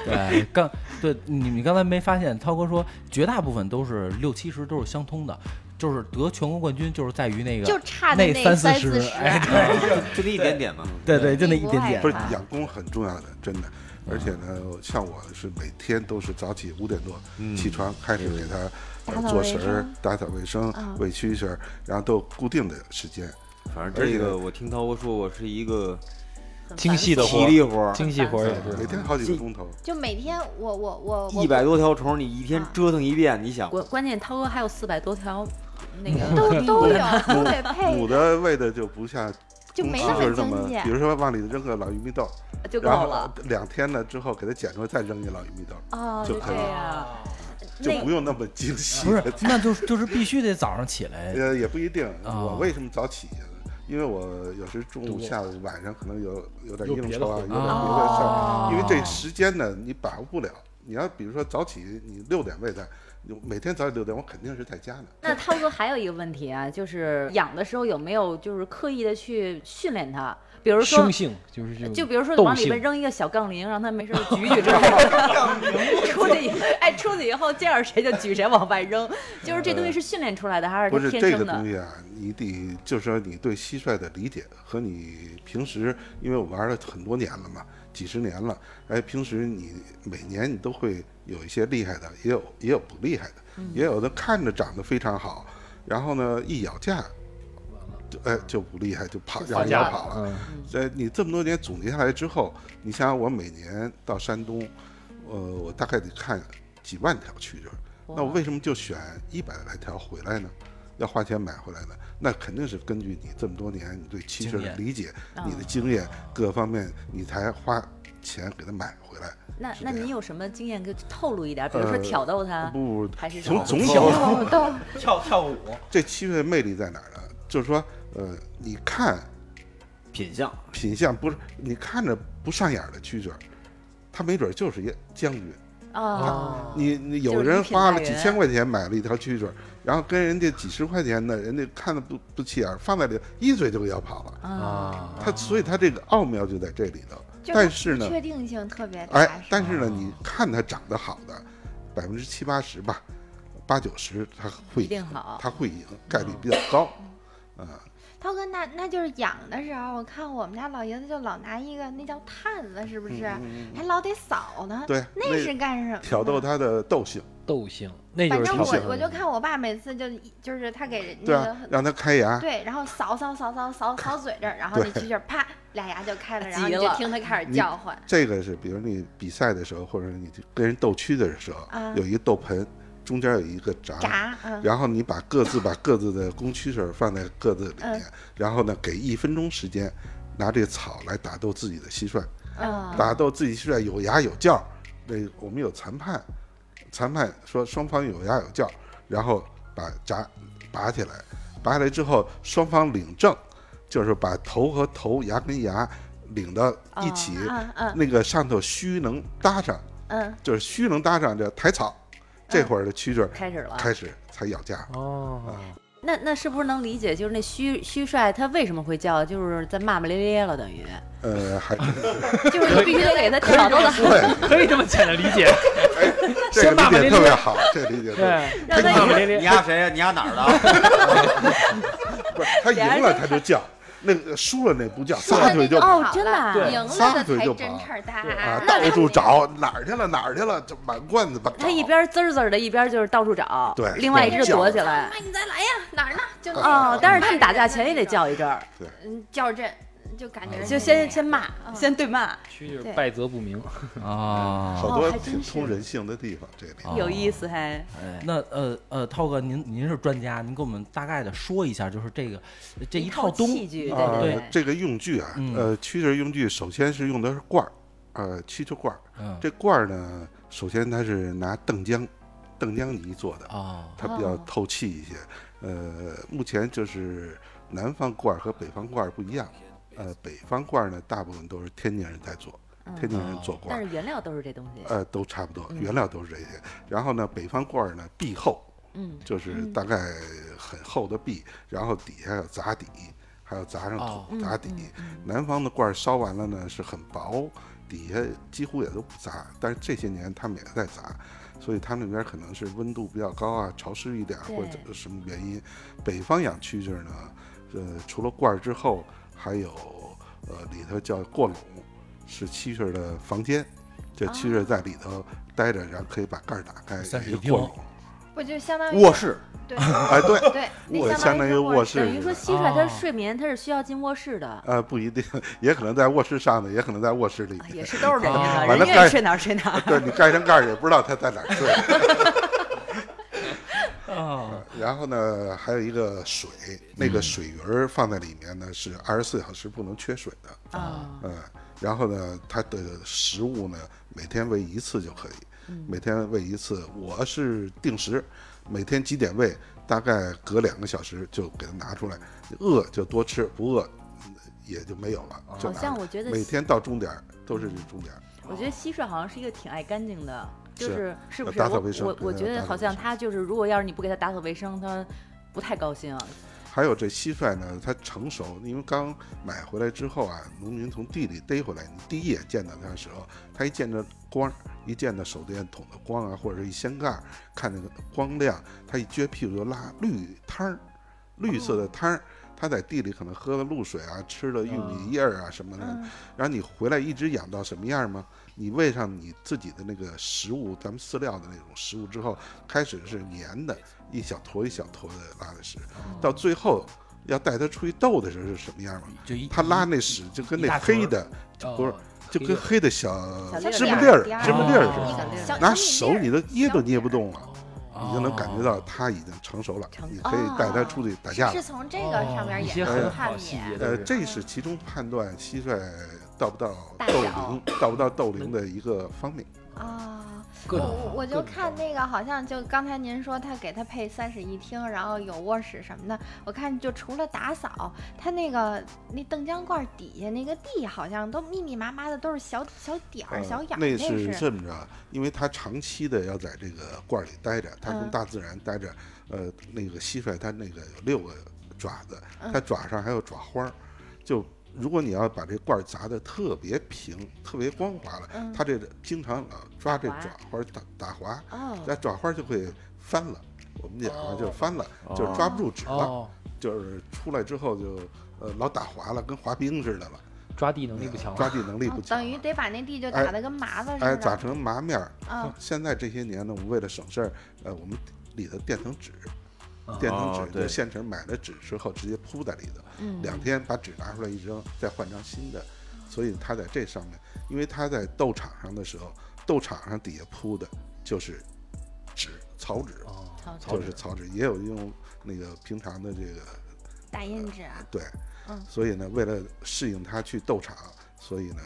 F: 对，刚对你你刚才没发现，涛哥说绝大部分都是六七十都是相通的，就是得全国冠军就是在于那个
C: 就差的
F: 那
C: 那
F: 三
C: 三
F: 十
C: 四十，
F: 哎，
E: 就那一点点嘛。
F: 对对对，就那
C: 你
F: 一
C: 不
F: 点
C: 爱
F: 点，啊
A: 不是养工很重要的，真的。而且呢，像我是每天都是早起五点多嗯
E: 嗯
A: 起床，开始给它
C: 打
A: 呃
C: 扫
A: 做
C: 卫
A: 食儿
C: 生、
A: 打扫卫生
C: 啊、
A: 喂蛐蛐儿，然后都有固定的时间。
E: 反正
A: 而且
E: 这个我听涛哥说，我是一个
B: 很
G: 精细的
B: 繁
G: 活
E: 体力活儿，
G: 精细活儿也
A: 呃每
G: 是。
A: 天好几个钟头。
C: 就每天我我我我
E: 一百多条虫，你一天
C: 啊
E: 折腾一遍，你想
B: 琐。关关键涛哥还有四百多条，那个
C: 都都有都得配
A: 母，的喂的就不像
C: 嗯哎就
A: 公
C: 没
A: 鸡
C: 那
A: 就是这
C: 么精
A: 么，比
C: 细。
A: 如说往里扔个老玉米豆，
B: 就够
A: 然后呃
B: 了。
A: 两天了之后给它捡出来再扔一老玉米豆，
B: 哦，
A: 就
B: 就
A: 可
B: 这
A: 以
B: 样。
G: 啊
A: 就
B: 那
A: 不用那么精细。
F: 不是，那就是就是必须得早上起来。
A: 呃，也不一定。
F: 哦
A: 我为什么早起？因为我有时中午、
G: 中午
A: 下午、晚上可能有有点
G: 有
A: 应
G: 别的
A: 酬啊，
G: 活
A: 有点别
G: 动
A: 的事儿。
F: 哦
A: 因为这时间呢，你把握不了。你要比如说早起，你六点喂它，你每天早起六点，我肯定是在家呢。
B: 那涛哥还有一个问题啊，就是养的时候有没有就是刻意的去训练它？比如说
G: 凶性就是
A: 嗯
G: 这种
B: 就比如说
G: 斗
B: 往里
G: 性
B: 边扔一个小杠铃，让他没事儿举举之 后，出去以哎出去以后见着谁就举谁往外扔，就是这东西是训练出来的还是
A: 呃不
B: 它
A: 是
B: 天
A: 这个
B: 生
A: 东
B: 的？
A: 西啊，你得就是说你对蟋蟀的理解和你平时，因为我玩了很多年了嘛，几十年了，哎，平时你每年你都会有一些厉害的，也有也有不厉害的，
B: 嗯
A: 也有的看着长得非常好，然后呢一咬架，就哎就不厉害就跑，让人咬跑 了。
G: 嗯，
A: 呃，你这么多年总结下来之后，你想想我每年到山东，呃，我大概得看几万条蛐蛐儿，那我为什么就选一百来条回来呢？要花钱买回来呢？那肯定是根据你这么多年你对蛐蛐儿
F: 经
A: 的
F: 验
A: 理解、
B: 啊
A: 你的经验各方面，你才花钱给它买回来。
B: 那
A: 是
B: 那
A: 这
B: 你
A: 样
B: 有什么经验给透露一点？比如说
A: 呃
B: 挑逗它，
A: 不，
B: 还是什
A: 从
B: 么？
A: 总体
E: 挑
C: 有都
F: 跳跳舞，
A: 这蛐蛐儿魅力在哪儿呢？就是说，呃，你看
E: 品相，
A: 品相不是你看着不上眼儿的蛐蛐儿，它没准儿就是一将军，
G: 哦
B: 啊，
A: 你你
B: 就
A: 有
B: 是一
A: 人
B: 品
A: 花
B: 牌
A: 了几
B: 人
A: 千块钱买了一条蛐蛐儿，然后跟人家几十块钱的，人家看的不不起眼儿，放在里头一嘴就要跑了。
B: 啊，
A: 它所以它这个奥妙就在这里头。
C: 就
A: 但
C: 它
A: 是呢
C: 不确定性特别大。
A: 哎，但
C: 吧
A: 是呢，你看它长得好的，百分之七八十吧，八九十它会
B: 一定好
A: 它会赢，概率比较高。啊，
C: 涛哥，那那就是养的时候，我看我们家老爷子就老拿一个那叫探子，是不是？还老得扫呢。
A: 嗯对
C: 那
A: 那
C: 是干什么的？
A: 挑逗它的斗性，
G: 斗性，那就
C: 反
G: 是
C: 正
G: 挑衅
C: 我我就看我爸每次就就是他给人
A: 对
C: 那
A: 啊
C: 个，
A: 让它开牙，
C: 对，然后扫扫扫扫扫扫嘴这儿，然后那蛐蛐儿啪俩牙就开了，然后
B: 急
C: 你就
B: 了
C: 听它开始
A: 你啊
C: 叫唤。
A: 这个是，比如你比赛的时候，或者你跟人斗蛐的时候，
C: 啊
A: 有一个斗盆，中间有一个闸，
C: 炸，嗯，
A: 然后你把各自把各自的公蛐蛐儿放在各自里面，然后呢，给一分钟时间，拿这个草来打斗自己的蟋蟀，
C: 嗯
A: 打斗自己蟋蟀有牙有叫儿。那我们有裁判，裁判说双方有牙有叫儿，然后把闸拔起来，拔起来之后双方领证，就是把头和头、牙跟牙领到一起，
C: 嗯嗯
A: 那个上头须能搭上，
C: 嗯，
A: 就是须能搭上这抬草，这会儿的蛐蛐儿
B: 开始了。
A: 开始才咬架。
G: 哦，
B: 那那是不是能理解？就是那虚虚帅他为什么会叫？就是在骂骂咧咧了，等于
A: 呃， 还
B: 就是你必须得给他挑逗的，
A: 对，
G: 可以这么简单理解，
A: 这
G: 先
A: 个
G: 骂
A: 理解
G: 骂咧
A: 特
G: 咧
A: 别好，这个理解特别好。
G: 对，
B: 让他
G: 骂骂
E: 你
G: 咧咧，
E: 压谁啊呀？你压哪儿的？
A: 不是他赢了他就叫，那个输了那不叫，
C: 说
A: 撒
C: 了那
A: 腿就
C: 跑
A: 跑
B: 哦真的啊
C: 了
B: 对
C: 赢了
A: 撒
C: 的
A: 腿
C: 才
A: 就
C: 真
A: 跑
C: 事儿大。
A: 啊，
C: 那
A: 到处找哪儿去了哪儿去了，就满罐子吧。
B: 他一边滋儿滋儿的，一边就是到处找，
A: 对
B: 另外一只
A: 叫
B: 躲起来
C: 妈，。哎你再来呀，哪儿呢？就
B: 哦，但是他们打架前也得，
C: 前
B: 叫一阵儿，
C: 嗯，叫阵，就感
G: 哎
C: 觉
B: 就是
C: 那
B: 先
C: 样
B: 先骂，
C: 嗯
B: 先对骂，
G: 区就
C: 对
G: 是败则不明，
F: 啊。
A: 好多
B: 哦还真
A: 挺
B: 是
A: 通人性的地方，这里
F: 哦
B: 有意思还。
F: 那呃呃，涛哥，您您是专家，您给我们大概的说一下，就是这个这
B: 一
F: 套东
B: 器具，
A: 啊
B: 对对，
A: 这个用具啊，
F: 嗯
A: 呃，蛐蛐用具首先是用的是罐儿，呃，蛐蛐罐儿。
F: 嗯
A: 这罐儿呢，首先它是拿邓浆、邓浆泥做的，
F: 哦
A: 它比较
B: 哦
A: 透气一些。呃，目前就是南方罐儿和北方罐儿不一样，呃，北方罐儿呢，大部分都是天津人在做，天津人做罐
B: 嗯但
A: 儿，
B: 是原料都是这嗯东西。
A: 呃，都差不多，原料都是这些。然后呢，北方罐儿呢，壁厚，
B: 嗯，
A: 就是大概很厚的壁，然后底下有砸底，还有砸上
F: 哦
B: 嗯
A: 土砸底。南方的罐儿烧完了呢是很薄，底下几乎也都不砸，但是这些年他们也在砸。所以他们那边可能是温度比较高啊，潮湿一点儿
B: 对
A: 或者什么原因。北方养蛐蛐儿呢，呃，除了罐儿之后，还有呃里头叫过笼，是蛐蛐儿的房间，这蛐蛐儿在里头待着，然后可以把盖儿打 开，
F: 算是
A: 一
F: 一
A: 个
F: 定
A: 过笼。
C: 不就相当于
E: 卧室
C: 对
A: 哎，对，
C: 对，那
A: 卧
C: 相
A: 相
C: 当
A: 当
C: 于
A: 于
C: 是
A: 卧
C: 室
A: 室
B: 等于
A: 是
B: 说
A: 吧
B: 蟋蟀它
F: 哦
B: 是睡眠，它是需要进卧 室的，
A: 呃，不一定，也可能在卧室上的，也可能在卧室里
B: 啊
A: 面。
B: 也是都是人家
F: 啊
B: 的，
A: 完
B: 人
A: 了
B: 愿
A: 盖
B: 意睡哪儿睡 哪儿。
A: 对你盖上盖儿也不知道他在哪儿睡。
F: 哦
A: 然后呢，还有一个水，那个水鱼儿放在里面呢是二十四小时不能缺水的。
B: 啊，
A: 嗯，然后呢，它的食物呢每天喂一次就可以，每天喂一次。我是定时，每天几点喂，大概隔两个小时就给它拿出来，饿就多吃，不饿嗯也就没有了。就拿
B: 好哦像
A: 着
B: 我觉得
A: 每天到钟点儿都是这钟点儿。
B: 我觉得蟋蟀好像是一个挺爱干净的，就是是是不是？
A: 呃打扫卫
B: 我
A: 生
B: 我我
A: 对
B: 觉
A: 打
B: 得
A: 扫
B: 好
A: 卫
B: 像
A: 生
B: 它就是，如果要是你不给它打扫卫生，它不太高兴。
A: 还有这蟋蟀呢，它成熟，因为刚买回来之后啊，农民从地里逮回来，你第一眼见到它的时候，它一见着光，一见到手电筒的光啊，或者是一掀盖儿，看那个光亮，它一撅屁股就拉绿汤儿，绿色的汤儿。它在地里可能喝了露水啊，吃了玉米叶儿啊什么的，
C: 嗯
A: 然后你回来一直养到什么样吗？你喂上你自己的那个食物，咱们饲料的那种食物之后，开始是粘的，一小坨一小坨的拉的屎，到最后要带它出去斗的时候是什么样吗？
F: 就一
A: 它拉那屎就跟
F: 一
A: 那
F: 大
A: 黑的，
G: 哦
A: 不是就跟
G: 黑的
A: 黑的小
B: 小
A: 芝
B: 粒
A: 麻
B: 儿
A: 粒儿、
C: 点儿
A: 芝麻粒儿似
F: 哦
A: 的，
B: 小
C: 小
A: 嗯拿
C: 小米
A: 手
C: 粒儿
A: 你都捏
C: 小
A: 都
C: 米粒
A: 捏不
C: 儿
A: 动了，
B: 哦
A: 你就能感觉到它已经成熟了
B: 成，
A: 你可以带它出去打架
C: 是
A: 了。
C: 从这个上面
G: 哦一
C: 也
G: 些
C: 能
G: 很
C: 看
G: 好细
C: 见
G: 节，
A: 呃，
G: 的，
A: 这是其中判断蟋蟀到不到
B: 大
A: 斗
B: 小
A: 龄，到不到斗龄的一个方面。
C: 啊。
G: 各种
C: 我
G: 放
C: 我就
G: 各种
C: 看
G: 放
C: 那个，好像就刚才您说他给他配三室一厅，然后有卧室什么的。我看就除了打扫，他那个那邓江罐底下那个地好像都密密麻麻的都是小小点儿、小眼
A: 嗯
C: 儿，
A: 那
C: 是
A: 是这么着，因为他长期的要在这个罐儿里待着，他
C: 嗯
A: 跟大自然待着，呃，那个蟋蟀它那个有六个爪子，
C: 嗯
A: 它爪上还有爪花儿，就。如果你要把这罐儿砸得特别平、特别光滑了，
C: 嗯
A: 它这个经常老抓这
B: 滑
A: 爪花儿打打滑，
C: 哦，
A: 那爪花就会翻了。我们讲啊，就是翻了，就是抓不住纸了，
G: 哦，
A: 就是出来之后就呃老打滑了，跟滑冰似的了，嗯
G: 抓地能力不嗯强，啊
A: 抓地能力不
C: 哦
A: 强
C: 等。于得把那地就
A: 哎
C: 打得跟麻子似的。
A: 哎，打成麻面儿。
C: 嗯
A: 现在这些年呢，我们为了省事儿，呃，我们里头垫层纸，垫
E: 哦
A: 层纸
E: 对
A: 就现成买了纸之后直接铺在里头，
B: 哦嗯
A: 两天把纸拿出来一扔，再换张新的。所以他在这上面，因为他在斗场上的时候，斗场上底下铺的就是纸草纸，
G: 哦
B: 操作
A: 就是草纸，也有用那个平常的这个
C: 打印纸 啊，
A: 对，
C: 嗯
A: 所以呢，为了适应他去斗场，所以呢，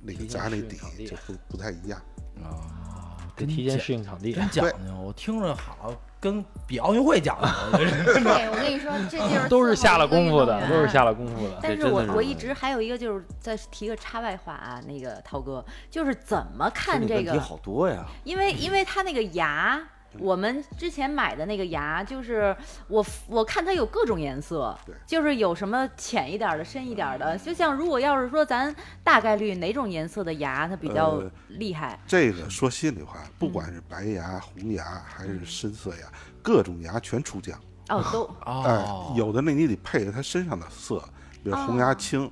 A: 那个
G: 提前
A: 砸那
G: 适应
A: 底
G: 场地
A: 就不不太一样。
F: 啊，
G: 得提前适应场地。
F: 真讲究，我听着好跟比奥运会讲究，
A: 哎
F: 我觉得
C: 对我跟你说，这就是
G: 都是
C: 伺候
G: 下了
C: 一个
G: 功夫的
C: 运，动
G: 都是
C: 员
G: 下了功夫的。
B: 但
E: 这
B: 是
E: 真
B: 我
E: 的是
B: 我一直还有一个就是再提个插外话啊，那个涛哥，就是怎么看这
E: 问题
B: 个，
E: 好多呀，
B: 因为因为他那个牙。
A: 嗯
B: 我们之前买的那个牙，就是我我看它有各种颜色
A: 对，嗯
B: 就是有什么浅一点儿的、深一点儿的。就像如果要是说咱大概率哪种颜色的牙它比较
A: 呃
B: 厉害，
A: 这个说心里话，不管是白牙、红牙还是深色牙，各种牙全出酱。
B: 哦都
F: 哦
A: 哎，有的那你得配着它身上的色，比如红牙青，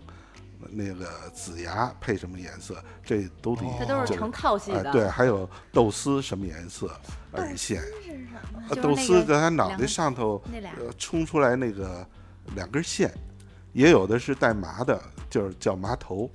A: 那个紫牙配什么颜色，这都得
B: 它都是
A: 就
B: 成套系
A: 哎
B: 的。
A: 对，还有豆丝什么颜色，耳线，
C: 这是什么？
A: 呃
B: 嗯就是
A: 豆
B: 那
A: 丝
B: 个
A: 在它脑
B: 两
A: 袋
B: 个
A: 上头
C: 那俩
A: 呃冲出来那个两根线，也有的是带麻的，就是叫麻头，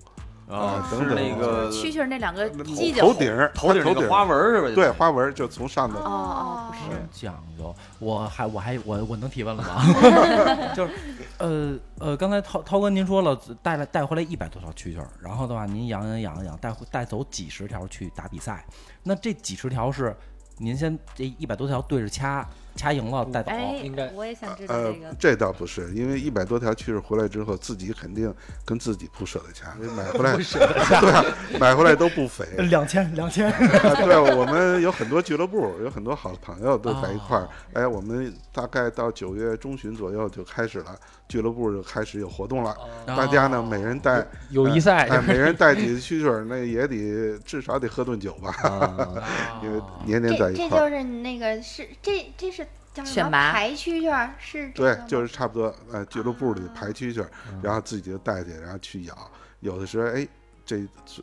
E: 啊，
A: 等
E: 是
A: 等
E: 那个
B: 蛐蛐儿那两个犄角
A: 呃头顶儿
E: 头顶
A: 头
E: 那
A: 顶
E: 个
A: 儿
E: 花纹儿是吧？
A: 对花纹儿就从上头
B: 哦哦不是
F: 真讲究。我还我还我我能提问了 吗？就是呃呃，刚才涛涛哥您说了，带来带回来一百多条蛐蛐儿，然后的话您养养养养带回带走几十条去打比赛，那这几十条是您先这一百多条对着掐掐赢
A: 嗯
F: 了带走。
B: 哎
G: 哦应该，
B: 我也想知道
A: 呃
B: 这个，。
A: 这倒不是，因为一百多条蛐蛐回来之后，自己肯定跟自己 不舍得掐，因为买回来对啊，买回来都不 肥。
F: 两千两千，
A: 啊对，我们有很多俱乐部，有很多好朋友都在一块儿
F: 哦。
A: 哎，我们大概到九月中旬左右就开始了，俱乐部就开始有活动了。大家呢，每人带
G: 友谊赛
A: 哎，每人带几个蛐蛐儿，那也得至少得喝顿酒吧，
F: 哦
A: 因为年年嗯在
C: 这
A: 一
C: 这
A: 块
C: 就
A: 儿。
C: 是你那个是这这是叫什
B: 选
C: 么
B: 拔
C: 排蛐蛐儿是这
A: 对
C: 个，
A: 就
C: 吗
A: 是差不多。呃，俱乐部里
B: 啊
A: 排蛐蛐儿，然后自己就带去，然后去咬。有的时候，哎，这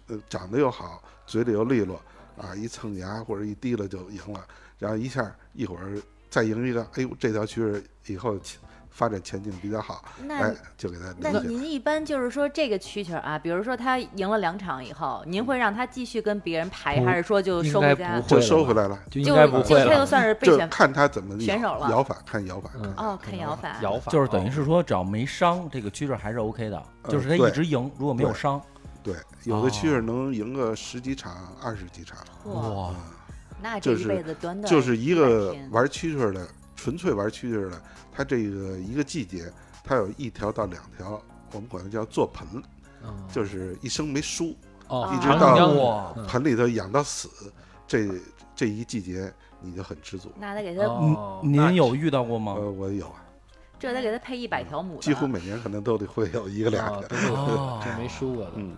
A: 呃长得又好，嘴里又利落，啊，一蹭牙或者一滴了就赢了，然后一下一会儿再赢一个，哎呦，这条蛐儿以后前发展前景比较好，
B: 那
A: 哎，就给它
B: 那
A: 留下。
B: 您一般就是说这个蛐蛐儿啊，比如说它赢了两场以后，您会让它继续跟别人排，
G: 不
B: 还是说就
G: 应
B: 收
G: 该
B: 回
G: 不
B: 家
G: 会？
A: 就
G: 了
A: 收
G: 吧
A: 回来了，
G: 就应
B: 就
G: 该
B: 就
G: 不会
B: 它就
G: 了。
B: 算是被
A: 就
B: 选
A: 看它怎么
B: 选手
A: 咬
B: 了
A: 咬法，看咬法。看
G: 嗯
B: 哦，看摇法，
G: 摇法
F: 就是等于是说，只要没伤，这个蛐蛐儿还是 OK 的，就是它
A: 呃对
F: 一直赢，如果没有
A: 对
F: 伤，
A: 对，有的蛐
F: 哦
A: 蛐能赢个十几场、二十几场，嗯
B: 哇，
F: 哇，
B: 那这
A: 就
B: 一
A: 是
B: 辈子短短
A: 就是一个
B: 100天
A: 玩蛐蛐儿的，纯粹玩蛐蛐儿的，它这个一个季节，它有一条到两条，我们管它叫做盆，
G: 嗯
A: 就是一生没输，
G: 哦
B: 一直
G: 长
A: 到
G: 江
F: 哇
G: 嗯
A: 盆里头养到死，这这一季节你就很知足。
B: 那得给它，
G: 哦
F: 您
G: 那
F: 您有遇到过
G: 哦
F: 吗？
A: 呃，我有啊，
B: 这得给它配一百条母的，
A: 几乎每年可能都得会有一个俩
G: 哦
A: 个
G: 都。 是
F: 哦
G: 这没输过的，
A: 嗯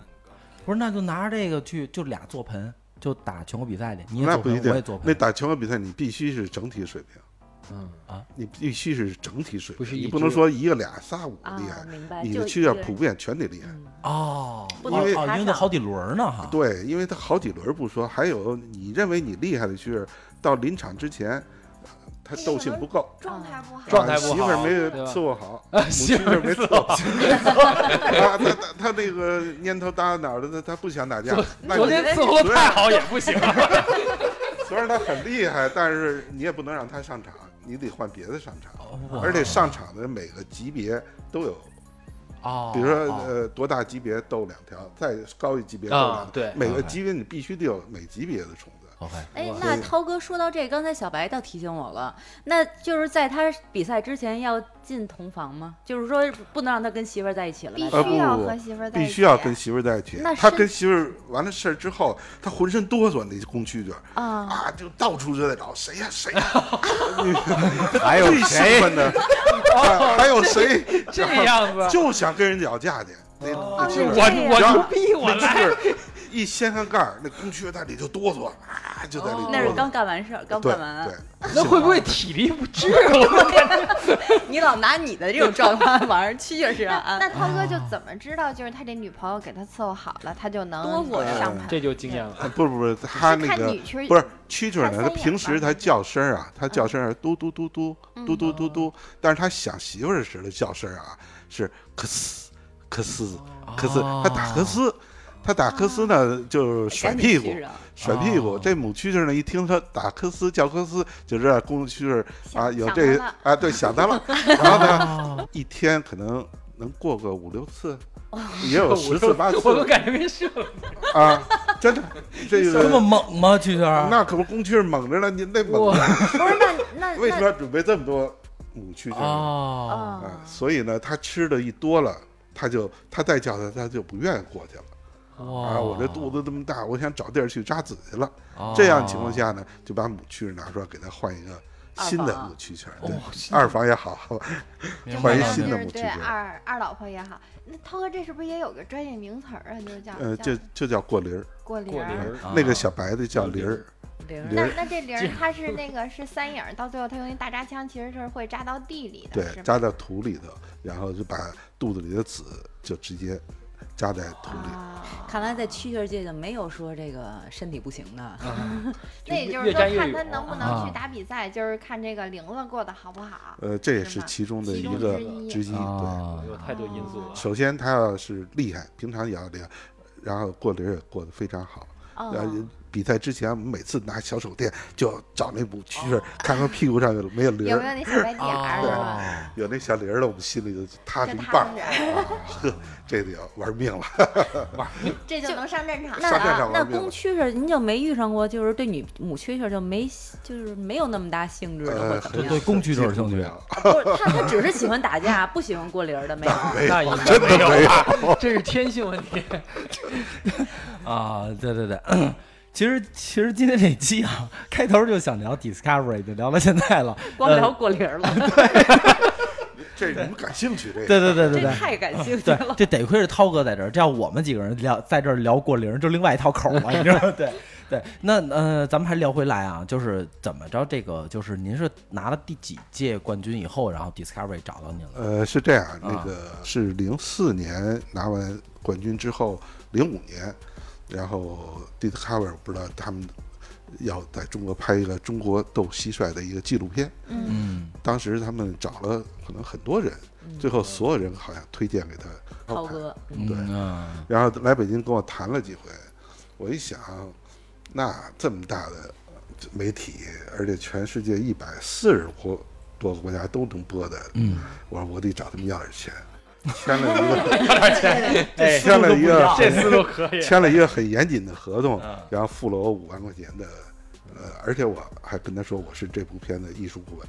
F: 不是，那就拿着这个去，就俩坐盆，就打全国比赛去。你也
A: 那
F: 坐
A: 不
F: 盆
A: 一，
F: 我也
A: 定
F: 坐，盆。
A: 那打全国比赛你必须是整体水平，
G: 嗯，
A: 你必须是整体水
G: 不是
A: 平，你
G: 一
A: 不能
G: 支
A: 说一个俩仨五
B: 啊
A: 厉害，，
B: 明白，
A: 你
B: 就嗯
A: 的
B: 一
A: 蛐
B: 个
A: 蛐普遍全得厉害。
F: 哦，
B: 不
F: 哦
B: 能
F: 哦
B: 插
F: 因为
B: 上
F: 它好几轮儿呢哈。
A: 对，因为它好几轮儿不说，还有你认为你厉害的蛐儿，到临场之前，呃它斗性不够，啊
C: 状态不好，
G: 状态不
A: 媳妇儿
G: 好对
A: 没
G: 吧
A: 伺候好，
G: 啊
A: 母
G: 媳
A: 蛐
G: 妇儿
A: 儿没伺候好， 啊它它它那个蔫头耷拉脑袋，它它不想打架。那
G: 昨
A: 你
G: 天伺候的太好也不行，
A: 虽然它很厉害，但是你也不能让它上场，你得换别的上场。
G: 哦
F: 哇
A: 而且上场的每个级别都有，
F: 哦，
A: 比如说
F: 哦
A: 呃多大级别斗两条，再高一级别斗
G: 啊
A: 两条，
G: 对
A: 每个
F: OK
A: 级别你必须得有每级别的虫子。
F: OK，
B: 哎
A: 哇，
B: 那
A: 对
B: 涛哥说到这，刚才小白倒提醒我了，那就是在他比赛之前要进同房吗？就是说不能让他跟媳妇儿在一起了
C: 必
B: 吧？
A: 呃
C: 须
A: 不
C: 要
A: 不不
C: 和媳妇儿在一
A: 必
C: 起，
A: 须要跟媳妇儿在一起
C: 那。
A: 他
C: 身
A: 跟媳妇儿完了事儿之后，他浑身哆嗦，那宫蛐蛐
C: 哦
A: 儿
B: 啊，
A: 啊，就到处就在找谁呀、谁呀、
E: 还有
A: 最
E: 谁
A: 兴奋的，啊还有谁啊
G: 这样子，
A: 就想跟人吵架去。那
C: 哦
A: 那
C: 是
A: 就
C: 这
A: 是
C: 样
G: 我
A: 然后
G: 牛逼，我
A: 那
G: 来。
A: 就是一掀开盖儿，那宫蛐儿在里就哆嗦啊，就在里
G: 哦
A: 哆嗦。
B: 那是刚干完事儿，刚
A: 对
B: 干完。
A: 对，
G: 那会不会体力不支？我
B: 你老拿你的这种状况往上去就是
C: 那
B: 啊，
C: 那涛哥就怎么知道就是他这女朋友给他伺候好了，他就
B: 多
C: 能
B: 我呀
C: 上盘？
G: 这就经验了。
A: 不不不，嗯他
C: 是
A: 那
C: 看
A: 个
C: 女蛐儿
A: 不是蛐蛐儿呢，
C: 看
A: 它
C: 三眼
A: 平时
C: 吧
A: 它叫声儿啊，它
C: 嗯
A: 叫声儿嘟嘟嘟嘟嘟嘟嘟嘟，但是它想媳妇儿时的叫声儿啊是咳嘶咳嘶咳嘶，它打
F: 哦
A: 咳嘶，它打咳嘶呢
C: 啊哎
A: 就是甩屁股
B: 赶紧去啊
A: 甩屁股。
F: 哦
A: 这母蛐蛐儿呢一听它打咳嘶叫咳嘶，就知道公蛐蛐儿啊
C: 想
A: 有
C: 想
A: 这
C: 它了
A: 啊对想 它了，然后呢一天可能能过个五六次，
C: 哦
A: 也 有十次八次
G: 我都感觉没事了。
A: 啊，真的这个
F: 这么猛啊吗？蛐蛐儿，
A: 那可不公蛐儿猛着呢，你那猛
G: 哇
A: 着呢
C: 不是那那
A: 为什么
C: 那
A: 要准备这么多母蛐蛐呢？
F: 哦，
A: 啊
B: 嗯
C: 哦，
A: 所以呢，它吃的一多了，它就它再叫它，它就不愿意过去了、啊！
F: 哇，
A: 我这肚子这么大，我想找地儿去扎子去了。
F: 哦
A: 这样情况，下呢，就把母蛐儿拿出来，给它换一个新
B: 二
A: 的
B: 房
A: 母蛐蛐儿，对，二房也好，
F: 明白
A: 怀疑
F: 了
A: 心
F: 明
A: 的
C: 就是
F: 白了
A: 母鸡
C: 对
A: 对
C: 二二老婆也好，那涛哥这是不是也有个专业名词儿啊？就叫
A: 呃，
C: 叫
A: 就就叫过铃儿，
C: 过铃
G: 过铃
C: 儿。
G: 儿
F: 啊
A: 那个小白的叫铃儿，
B: 铃
A: 铃
C: 那
A: 儿
C: 那这铃儿它是那个是三影儿，到最后它用一大扎枪，其实是会扎到地里的，
A: 对
C: 是，吧
A: 扎到土里头，然后就把肚子里的籽就直接扎在土里。
C: 啊，
B: 看来在蛐蛐儿界就没有说这个身体不行的，
A: 啊
C: 那也就是
G: 越
C: 说
G: 战越
C: 看
G: 勇
C: 他能不
F: 啊
C: 能去打比赛，就是看这个铃子过得好不好。
A: 呃，这也
C: 是
A: 是
C: 吧
A: 其中的
C: 其
A: 一
C: 中
A: 个
C: 之一
A: 之一。对，
F: 啊，
G: 有太多因素了。
A: 首先他要是厉害，平常也要厉害，然后过驴也过得非常好。
B: 哦
A: 呃，比赛之前，我们每次拿小手电就找那母蛐蛐，看看屁股上有没有铃
C: 哦有没有
A: 儿，
C: 那小白点儿啊是吧？
F: 哦
A: 有那小铃儿了，我们心里就踏实
C: 就
A: 一
C: 踏
A: 棒。
C: 实，
A: 呵，这得要玩命了。
C: 这就能上战场
B: 那
A: 上战
C: 了。啊
A: 场
B: 那
A: 玩命
B: 公
A: 了。
B: 蛐蛐儿您就没遇上过，就是对女母蛐蛐儿就没就是没有那么大兴致的或
A: 呃，
B: 怎么
A: 很
F: 对
B: 样？
F: 公蛐蛐儿兴趣
A: 啊
B: 不是他他只是喜欢打架，不喜欢过 铃儿的没有。
G: 那应该没有吧？这是天性 问题。
F: 啊，对对对。其实，其实今天这期啊，开头就想聊 Discovery，就聊到现在了。
B: 光聊过铃儿了，
A: 这你们感兴趣这个？
F: 对对对对
B: 这
F: 对，
B: 太感兴趣
F: 对
B: 了，。
F: 这得亏是涛哥在这儿，这要我们几个人聊在这儿聊过零，就另外一套口了，你知道吗？ 对对，那呃，咱们还聊回来啊，就是怎么着，这个就是您是拿了第几届冠军以后，然后 Discovery 找到您了？啊
A: 呃，是这样，那个是零四年拿完冠军之后，零五年，然后 Discover 不知道他们要在中国拍一个中国斗蟋蟀的一个纪录片，
C: 嗯，
F: 嗯，
A: 当时他们找了可能很多人，最后所有人好像推荐给他
B: 涛
A: 拍
B: 哥，
A: 对
F: 嗯
A: 然后来北京跟我谈了几回，我一想，那这么大的媒体，而且全世界一百四十国多个国家都能播的，
F: 嗯，
A: 我说我得找他们要点钱，签了一个
G: 哎，
A: 签了一个
G: 这思路可以。
A: 签了一个很严谨的合同，然后付了我五万块钱的，呃，而且我还跟他说我是这部片的艺术顾问，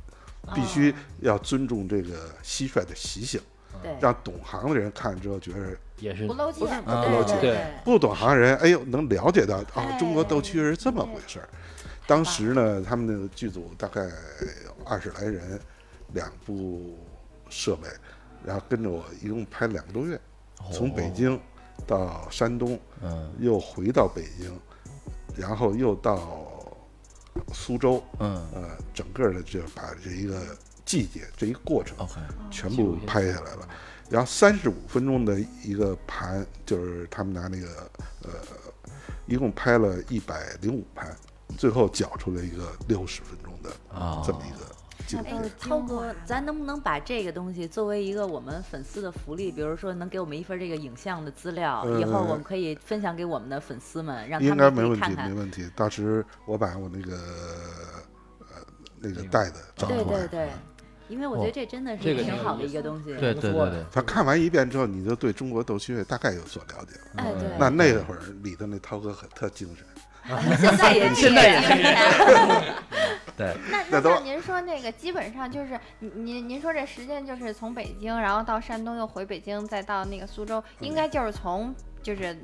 A: 必须要尊重这个蟋蟀的习性，
B: 对，
A: 让懂行的人看了之后觉得
G: 也是
C: 不露怯，
B: 是
C: 不
F: 不
A: 露
G: 怯
C: 对，
A: 嗯不懂行人，哎呦，能了解到哦
C: 哎，
A: 中国斗蛐儿是这么回事儿。当时呢，他们的剧组大概有二十来人，两部设备，然后跟着我一共拍两个多月，从北京到山东，
F: 嗯
A: 又回到北京，然后又到苏州，
F: 嗯
A: 呃，整个的就把这一个季节这一过程
F: ，OK，
A: 全部拍下来了。然后三十五分钟的一个盘，就是他们拿那个呃，一共拍了一百零五盘，最后搅出了一个六十分钟的
F: 哦
A: 这么一个纪录
C: 那
B: 哎
A: 片。
C: 都是，
B: 涛
C: 精华
B: 哥，咱能不能把这个东西作为一个我们粉丝的福利？比如说，能给我们一份这个影像的资料，以后我们可以分享给我们的粉丝们，让
A: 嗯
B: 他
A: 应该
B: 们
A: 没
B: 可
A: 问
B: 以
A: 题，
B: 看
A: 没
B: 看。
A: 问题。到时我把我那个呃那个袋子找
B: 对
A: 出
B: 对
A: 来。
B: 对，因为我觉得这真的
G: 哦这
B: 是
G: 个
B: 挺
G: 挺
B: 好
G: 有
B: 的
G: 意
B: 一个东西。
F: 对对对对，
A: 他看完一遍之后，你
G: 嗯
A: 就对中国斗蛐大概有所了解了。
B: 哎对，
A: 那那会儿里头那涛哥很特精神，
B: 现在
A: 嗯
B: 也
F: 现在也
B: 是。
F: 对，
C: 那
A: 那
C: 那
A: 都
C: 像您说那个，基本上就是您您您说这实践就是从北京，然后到山东，又回北京，再到那个苏州，应该就是从就是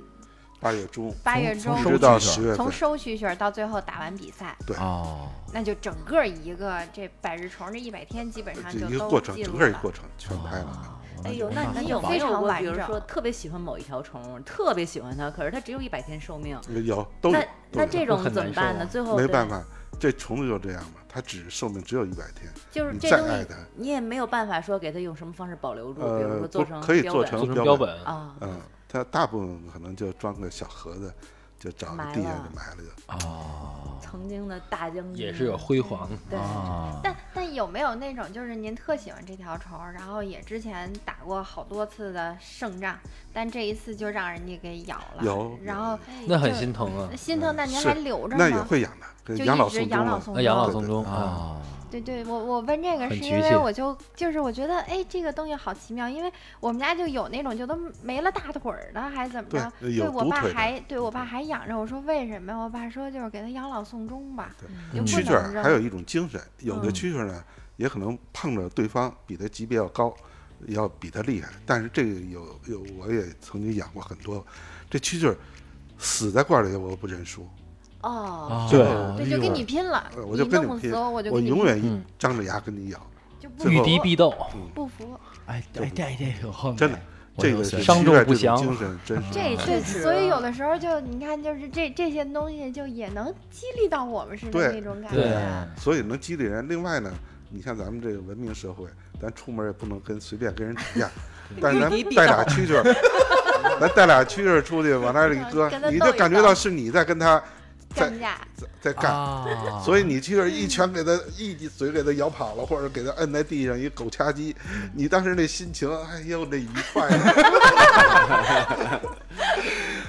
A: 八月中
C: 八月
F: 从
C: 中
A: 一
F: 收
A: 直到
F: 集是吧
A: 十月份
C: 从，收蛐蛐儿到最后打完比赛，
F: 哦，
C: 那就整个一个这百日虫这一百天基本上
A: 这
C: 就
A: 一个
C: 都
A: 过程，
C: 记
A: 整
C: 录
A: 个一个
C: 了
A: 过程全拍了。
F: 哦
B: 哎呦，
F: 那
B: 那
F: 就
A: 嗯
B: 你有没有
F: 棒
B: 过，比如
C: 非常完
B: 说
C: 整
B: 特别喜欢某一条虫，特别喜欢它，可是它只有一百天寿命，
A: 有都有
B: 那那
A: 都有
B: 这种
G: 很
B: 怎么
G: 难受
B: 办
G: 啊
B: 呢？最后
A: 没
B: 对
A: 办，法，这虫子就这样嘛，它只寿命只有一百天，
B: 就是
A: 你
B: 这
A: 再
B: 东
A: 爱
B: 西
A: 它
B: 你也没有办法说给它用什么方式保留住，比如
A: 呃，
B: 说做
A: 不
B: 成
A: 可以
B: 标
A: 做
B: 本
A: 成
G: 做成
A: 标
G: 标本，
B: 啊，
A: 嗯，它大部分可能就装个小盒子，就找个
B: 埋
A: 地下
B: 了
A: 就埋了就。
F: 哦
B: 曾经的大将军
G: 也是有辉煌。
B: 对。
F: 啊，
C: 但但有没有那种就是您特喜欢这条虫儿，然后也之前打过好多次的胜仗，但这一次就让人家给咬了，
A: 有
C: 然
A: 有
C: 后
G: 那很心疼啊
C: 那。心疼，那您
A: 嗯是
C: 还留着吗？
A: 那也会养的，跟
C: 就
A: 养老
C: 一直
A: 送
C: 养
A: 终啊
C: 老
A: 了。
C: 送
G: 那
C: 终。
G: 养老送终啊，
F: 啊，
C: 对对，我我问这个
G: 很
C: 是
G: 局
C: 因为
G: 限
C: 我就就是我觉得哎，这个东西好奇妙，因为我们家就有那种就都没了大腿儿的，还怎么
A: 对呃
C: 着？对
A: 有
C: 我
A: 独
C: 爸
A: 腿的嗯
C: 还对我爸还养着，我说为什么呀？我爸说就是给他养老送终吧。
A: 对
C: 就
G: 嗯
C: 不
A: 蛐蛐
C: 能
A: 儿
C: 扔
A: 还有一种精神，有的
B: 嗯
A: 蛐蛐儿呢，也可能碰着对方比它级别要高，要比它厉害。但是这个有有，我也曾经养过很多，这蛐蛐儿死在罐儿里我不认输，
B: 哦，
G: 对
C: 对，就跟你拼了
A: 呃，我就跟
C: 弄
A: 你拼
C: 死我，我就
A: 我
C: 跟你
A: 永
C: 拼
A: 远
G: 嗯
A: 一张着牙跟你咬。
C: 就不
A: 最
G: 遇
A: 后
G: 敌
C: 服
G: 必斗，
C: 不
G: 嗯
C: 服。
F: 哎哎，这这有横，
A: 真的，
F: 我
A: 这
F: 能
A: 个
F: 学
A: 是
G: 伤
A: 蛐
G: 重
A: 蛐儿
G: 不
A: 这种
G: 详
A: 精神真是
B: 这确
C: 对，
B: 实，
C: 所以
G: 啊
C: 有的时候就你看，就是这这些东西就也能激励到我们似的
A: 对
C: 那种感
F: 对
C: 觉。
G: 啊
A: 所以能激励人。另外呢，你像咱们这个文明社会，咱出门也不能跟随便跟人打架，但是咱
B: 与敌必
A: 带俩蛐蛐儿， 咱带俩蛐蛐儿出去往那儿一搁
C: 跟他，
A: 你
C: 斗
A: 就
C: 一
A: 感觉
C: 斗
A: 到是你在跟他在
C: 干架，
A: 在在干。
F: 啊，
A: 所以你蛐蛐儿一拳给他一嘴给他咬跑了，或者给他摁在地上一狗掐鸡，你当时那心情，哎呦那愉快啊，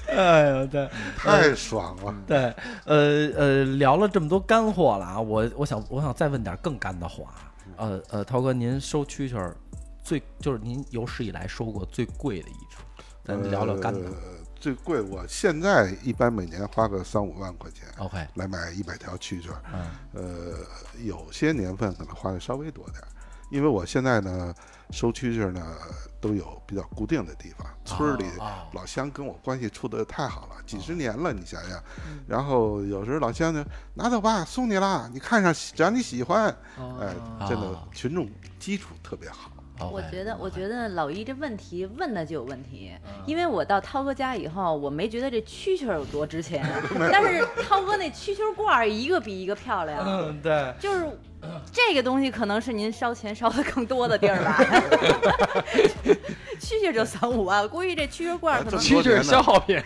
F: 哎呦对。嗯
A: 太爽了。
F: 对，呃呃，聊了这么多干货了啊，我我想我想再问点更干的话，
A: 嗯
F: 呃呃，涛哥，您收蛐蛐儿最就是您有史以来收过最贵的一只，咱聊聊干的。
A: 呃最贵，我现在一般每年花个三五万块钱
F: OK，
A: 来买一百条蛐蛐儿。
F: 嗯
A: 呃，有些年份可能花的稍微多点儿，因为我现在呢收蛐蛐儿呢都有比较固定的地方，村儿里
F: 哦
A: 老乡跟我关系处的太好了，几十年了，你想想。然后有时候老乡就拿走吧，送你啦，你看上只要你喜欢，哎，真的
F: 哦
A: 群众基础特别好。
F: 哦
B: 我
F: OK，
B: 觉得，我
F: OK
B: 觉得老一这问题问的就有问题，
A: 嗯
B: 因为我到涛哥家以后，我没觉得这蛐蛐儿有多值 钱，但是涛哥那蛐蛐罐儿一个比一个漂亮，
F: 嗯对，
B: 就是这个东西可能是您烧钱烧的更多的地儿吧。蛐蛐就三五万，估计这蛐蛐罐儿可能
A: 这
G: 蛐蛐儿消耗品。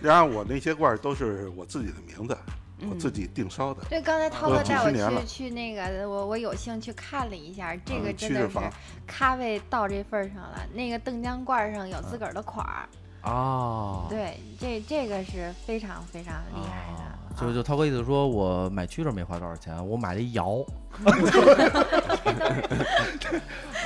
A: 然后我那些罐儿都是我自己的名字，
B: 嗯
A: 我自己定烧的。
C: 对，刚才涛
A: 我
C: 哥
A: 几
C: 带
A: 十
C: 我
A: 年了
C: 去去那个，我我有幸去看了一下，这个
A: 嗯
C: 真
A: 去
C: 的
A: 日
C: 是
A: 房
C: 咖位到这份儿上了。那个邓江罐儿上有
A: 嗯
C: 自个儿的款儿，
F: 哦，
C: 对，这这个是非常非常厉害的。
F: 啊
C: 啊
A: 哦
F: 就就涛哥意思说，我买蛐蛐儿没花多少钱，我买了一 窑。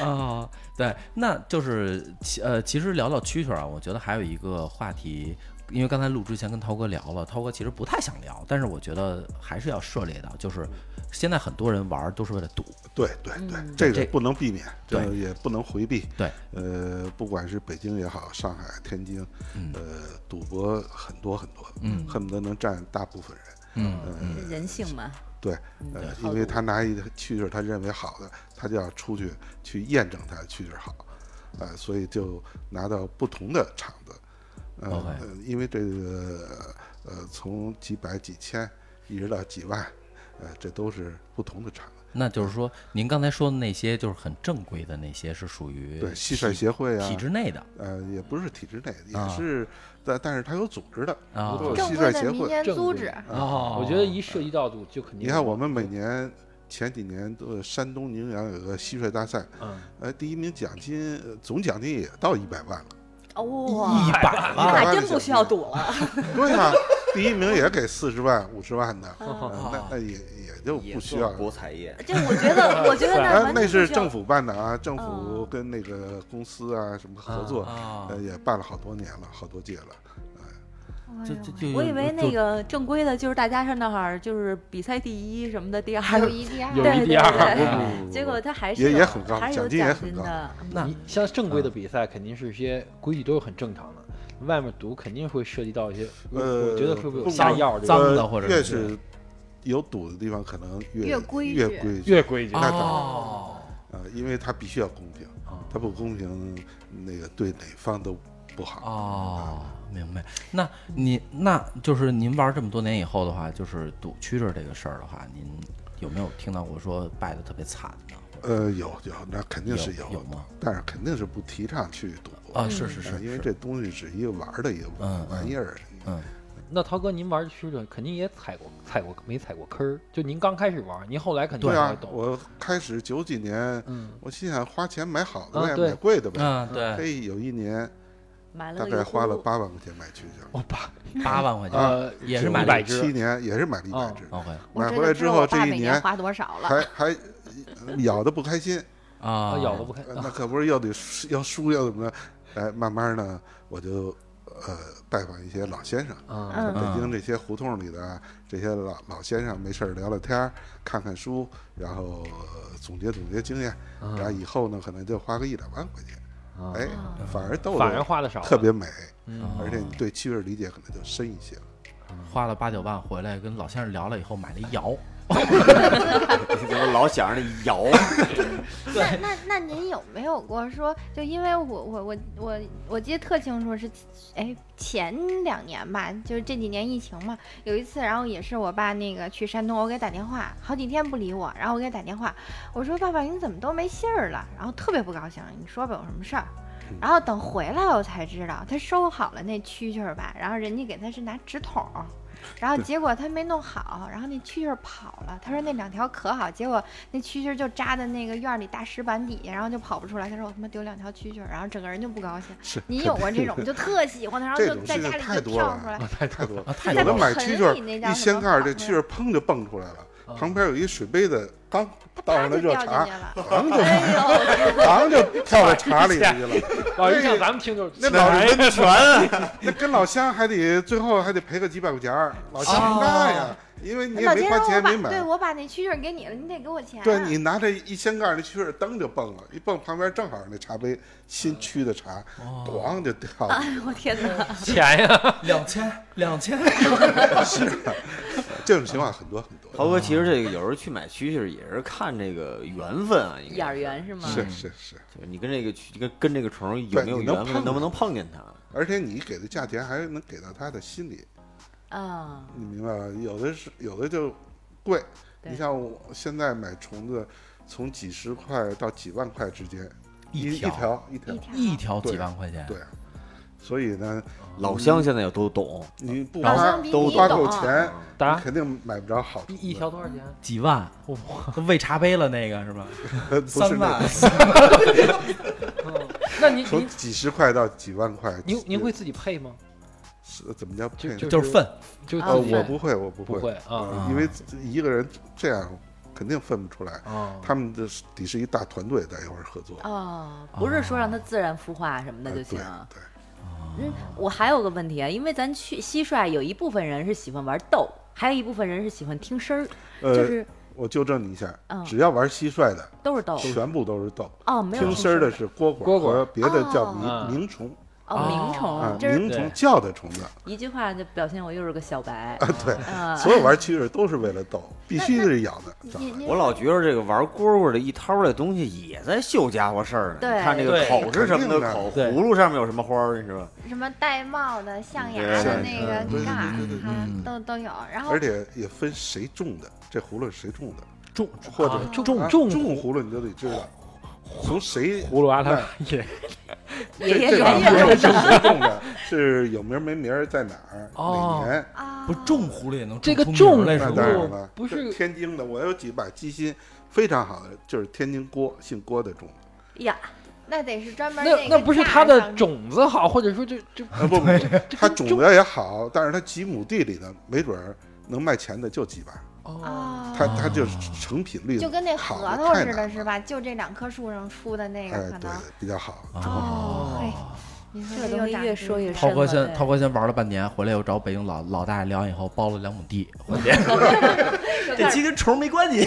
F: 啊，对，那就是其呃，其实聊到蛐蛐儿啊，我觉得还有一个话题，因为刚才录之前跟涛哥聊了，涛哥其实不太想聊，但是我觉得还是要涉猎的，就是现在很多人玩儿都是为了赌，
A: 对对对，
B: 嗯
A: 这
F: 这
A: 个不能避免，
F: 对
A: 呃也不能回避。
F: 对，
A: 呃，不管是北京也好，上海、天津，
F: 嗯
A: 呃，赌博很多很多，
F: 嗯
A: 恨不得能占大部分人。
F: 嗯，
B: 是人性嘛，
A: 对，呃，因为他拿一个蛐蛐儿，他认为好的，他就要出去去验证他的蛐蛐儿好，呃，所以就拿到不同的场子，呃
F: OK
A: 呃因为这个呃，从几百几千一直到几万，呃，这都是不同的场子。
F: 那就是说您刚才说的那些就是很正规的那些是属于
A: 对，蟋
F: 体
A: 蟀协会啊，
F: 体制内的，
A: 呃，也不是体制内，
F: 啊
A: 也是，但但是它有组织的，
F: 啊
A: 都有
C: 正
A: 蟋
C: 规
A: 蟀
C: 的
A: 协
C: 民
A: 会。
C: 间
G: 正
C: 组
G: 规
C: 织，
F: 哦
G: 我觉得一涉及到赌就肯定。
A: 你看，我，们每年前几年，呃，山东宁阳有个蟋蟀大赛，
G: 嗯，
A: 呃，第一名奖金呃总奖金也到一百万了，
B: 哦哇，
F: 百
A: 一百
B: 那
A: 万
B: 真不需要赌了。
A: 对呀、第一名也给四十万、五十万的，
B: 啊
A: 呃那那也也就
E: 也
A: 不需
E: 算
A: 要。
E: 博彩 业，
B: 这我觉得，我觉得那
A: 呃，
B: 完全
A: 那是
B: 不需要
A: 政府办的啊，政府
B: 哦
A: 跟那个公司啊什么合作，
F: 啊
A: 呃，也办了好多年了，好多届了。
C: 哎
F: 就
C: 呦
F: 就就
B: 我以为那
F: 个
B: 个正规的，就是大家上那儿就是比赛第一什么的，第二，
C: 友谊第二，
G: 友
B: 对
G: 谊
B: 对
G: 第二
B: 对，
A: 不不
B: 结果他还是
A: 也
B: 有
A: 也很高
B: 还是有
A: 奖金也
B: 奖
A: 很
B: 金
A: 高
B: 的。
F: 那
G: 你像正规的
A: 嗯
G: 比赛，肯定是一些规矩都是很正常的，外面赌肯定会涉及到一些，我
A: 呃
G: 我觉得会不会有
A: 不
G: 下
A: 不
G: 药这
F: 脏
G: 种
F: 的
A: 呃
F: 或者
A: 越
F: 是
A: 是有赌的地方，可能越
C: 越规
A: 越
C: 矩
A: 规矩
G: 越规矩
A: 那当然
F: 哦，
A: 呃，因为它必须要公平，
F: 啊
A: 它不公平，那个对哪方都不好。
F: 哦，明白。那您那就是您玩这么多年以后的话，就是赌蛐蛐儿这个事儿的话，您有没有听到过说败的特别惨的？
A: 呃，有有，那肯定是
F: 有
A: 有
F: 有吗？
A: 但是肯定是不提倡去赌
F: 啊，是是
A: 呃
F: 是，
A: 因为
F: 是
A: 这东西只是一个玩儿的一个
F: 嗯
A: 玩意儿。
F: 嗯
G: 那涛哥，您玩蛐蛐肯定也踩过踩过没踩过坑儿？就您刚开始玩，您后来肯定
A: 对
G: 才会
A: 啊，
G: 懂。
A: 我开始九几年，
G: 嗯，
A: 我心想花钱买好
G: 啊
A: 的呗，
G: 对
A: 买贵的呗。
F: 嗯，对，
A: 嘿，有一年
B: 买了
A: 大
B: 个
A: 概
B: 油
A: 花
B: 葫
A: 了
B: 芦
A: 八万块钱买蛐蛐儿，
G: 我爸
F: 八万块钱、
A: 啊
G: 呃，
F: 也是买
G: 买
F: 了
G: 了一
A: 七
G: 只，
A: 年也是买了一百
G: 哦
A: 只，
F: ，OK
C: 我
A: 买
C: 真
A: 回
C: 的
A: 来
C: 知
A: 之
C: 道
A: 后
C: 我
A: 这
C: 爸
A: 一
C: 每
A: 年
C: 花多少了。
A: 还还咬的不开心，
F: 啊
G: 啊，咬的不开
A: 呃
G: 啊
A: 那可不是要得输要输要怎么着？哎，慢慢呢，我就呃拜访一些老先生，
G: 啊，
C: 嗯，
A: 北京这些胡同里的啊这些老老先生，没事儿聊聊天儿，看看书，然后呃总结总结经验，然后以后呢，可能就花个一两万块钱，
G: 啊
A: 嗯哎，
C: 嗯
A: 反而逗
G: 反而
A: 得
G: 花的少，
A: 特别美，
G: 嗯
A: 而且你对气味理解可能就深一些了。
F: 花了八九万回来跟老先生聊了以后买了一 窑，
E: 我老想着那 摇，
C: 那那那您有没有过说，就因为我我我我我记得特清楚是，哎前两年吧，就是这几年疫情嘛，有一次，然后也是我爸那个去山东，我给打电话，好几天不理我，然后我给打电话，我说爸爸你怎么都没信儿了，然后特别不高兴，你说吧有什么事儿。
A: 嗯
C: 然后等回来我才知道，他收好了那蛐蛐儿吧，然后人家给他是拿纸筒 儿，然后结果他没弄好，然后那蛐蛐儿跑了。他说那两条可好，结果那蛐蛐儿就扎在那个院儿里大石板底下，然后就跑不出来。他说我他妈丢两条蛐蛐儿，然后整个人就不高兴。
A: 是
C: 你有过这种，就特喜欢它，然后
A: 这
C: 就
A: 种
C: 在
A: 事情
C: 家里
A: 太
C: 就
A: 多
C: 跳
A: 了
C: 出来。
A: 太太多了，
F: 太
A: 有的
C: 在
A: 买
C: 盆
A: 蛐
C: 里
A: 蛐儿
C: 那叫
A: 一
C: 什
A: 掀
C: 么
A: 盖儿，这
C: 螃
A: 蛐
C: 蟹
A: 儿砰就蹦出来了，旁边有一水杯子，刚倒上
C: 啪
A: 了
C: 就
A: 热
C: 掉进
A: 茶
C: 去，了
A: 糖就
C: 哎呦，我天
A: 糖就跳到茶里去了。
G: 哇，一像咱们听就是
A: 那老人
E: 个全，
A: 那跟老乡还得最后还得赔个几百块钱儿，老乡不干呀，因为你也
C: 哦老
A: 没
C: 金
A: 花
C: 说我
A: 钱
C: 把
A: 没买
C: 对。我把那蛐蛐儿给你了，你得给我钱。
A: 对你拿着一掀盖儿，那蛐儿噔就蹦了，一蹦旁边正好是那茶杯新沏的茶，
C: 哦
F: 哦
A: 咣就掉
C: 啊
A: 了。
B: 我天哪！
G: 钱呀，
F: 两千两千，
A: 这种情况很多很多，
E: 豪哥其实这个有时候去买蛐蛐儿也是看这个缘分啊，应该
B: 眼儿圆是吗？
A: 是是是，
E: 就是你跟这个蛐跟跟这个虫儿有没有
A: 对你能
E: 缘
A: 碰见
E: 分，
A: 嗯
E: 能不能碰见它？
A: 而且你给的价钱还能给到他的心里，
B: 啊，
A: 你明白吧？有的是有的就贵，
B: 对
A: 你像我现在买虫子，从几十块到几万块之间，一
F: 一
A: 一条一条
C: 一，条
F: 一条几万块钱，
A: 对啊。所以呢，
E: 老乡现在也都懂，
A: 你不
C: 老
A: 花
C: 乡比
E: 都
A: 不
C: 你
A: 花够
B: 啊
C: 懂，
A: 钱，
G: 打
A: 你肯定买不着好虫子。
G: 一一条多少钱？啊
F: 几万，都喂茶杯了那个是吧？
A: 不是
F: 三
A: 那
F: 万
A: 个，
G: 那您
A: 从
G: 您
A: 几十块到几万块，
G: 您您会自己配吗？
A: 是怎么叫配
G: 就
A: 呢？
G: 就
F: 就是粪，
G: 就
B: 啊
A: 呃，
G: 自己
A: 我不会，我不
G: 不会啊
A: 呃因为一个人这样肯定分不出来。
G: 啊，
A: 他们这是得是一大团队在一块儿合作，
B: 哦，不是说让它自然孵化什么的
A: 呃
B: 就
A: 对
B: 行。啊
A: 对，
B: 嗯，我还有个问题啊，因为咱去蟋蟀有一部分人是喜欢玩斗，还有一部分人是喜欢听声儿，
A: 呃
B: 就是
A: 我纠正你一下
B: 嗯，
A: 只要玩蟋蟀的，
B: 都是斗。
A: 全部都是豆。
B: 哦，没有
A: 听声儿的是蝈蝈
G: 蝈蝈
A: 和别的叫
G: 哦
A: 鸣鸣虫
B: 哦，鸣
A: 啊
B: 虫，，这是
A: 鸣虫
G: 对
A: 叫的虫子
B: 一句话就表现我又是个小 白。
A: 啊，对，
B: 啊，
A: 所有玩蛐蛐都是为了逗，必须
C: 那
A: 是咬的。长
C: 您
A: 得
C: 您
E: 我老觉着这个玩蝈蝈的一掏出来东西也在秀家伙事儿呢。
B: 对
E: 你看这个
G: 对
E: 口是什么
A: 肯定
E: 的
A: 的
E: 口，
G: 对
E: 葫芦上面有什么花儿，你知道吧？
C: 什么戴帽的、象牙
E: 对
C: 的那个
A: 对
C: 盖儿
A: 对对对对
C: 啊，都都有。然后
A: 而且也分谁种的，这葫芦是谁种的，
F: 重
A: 或者
G: 种
A: 啊
G: 种
A: 种葫芦你就得知道，从谁
G: 葫芦娃他也
A: 这
B: 爷爷
A: 这
B: 爷
A: 把
B: 爷
A: 葫芦是谁种的，是有名没名儿，在哪儿
F: 哦
A: 哪年，
C: 啊，
F: 不是种葫芦也能
G: 这个
F: 出名
G: 种
F: 来
G: 是
F: 是
A: 那
G: 吧
A: 当
F: 吧？
A: 然了，
G: 不是
A: 这天津的，我有几把鸡心非常好的，就是天津郭姓郭的种的。
B: 呀，
C: 那得是专门
G: 那
C: 那
G: 那不是他的种子好，或者说就就
A: 啊不不，它种子也好，但是它几亩地里呢，没准儿能卖钱的就几把，
G: 哦，
C: 啊，
A: 它它就是成品率
C: 就跟那
A: 好
C: 核
A: 的
C: 桃
A: 太
C: 似
A: 难
C: 的，
A: 了
C: 是吧？就这两棵树上出的那个
A: 哎，
C: 可
A: 对
C: 能，
A: 比较好。
C: 哦，嘿你说
B: 这个东
C: 又
B: 西
C: 长
B: 越
C: 知
B: 说
C: 识
B: 越
C: 了
B: 深
F: 啊涛哥
B: 了
F: 先
B: 对
F: 涛哥先玩了半年，回来又找北京老老大爷聊完以后，包了两亩 地回去。
D: 这期跟虫没关系，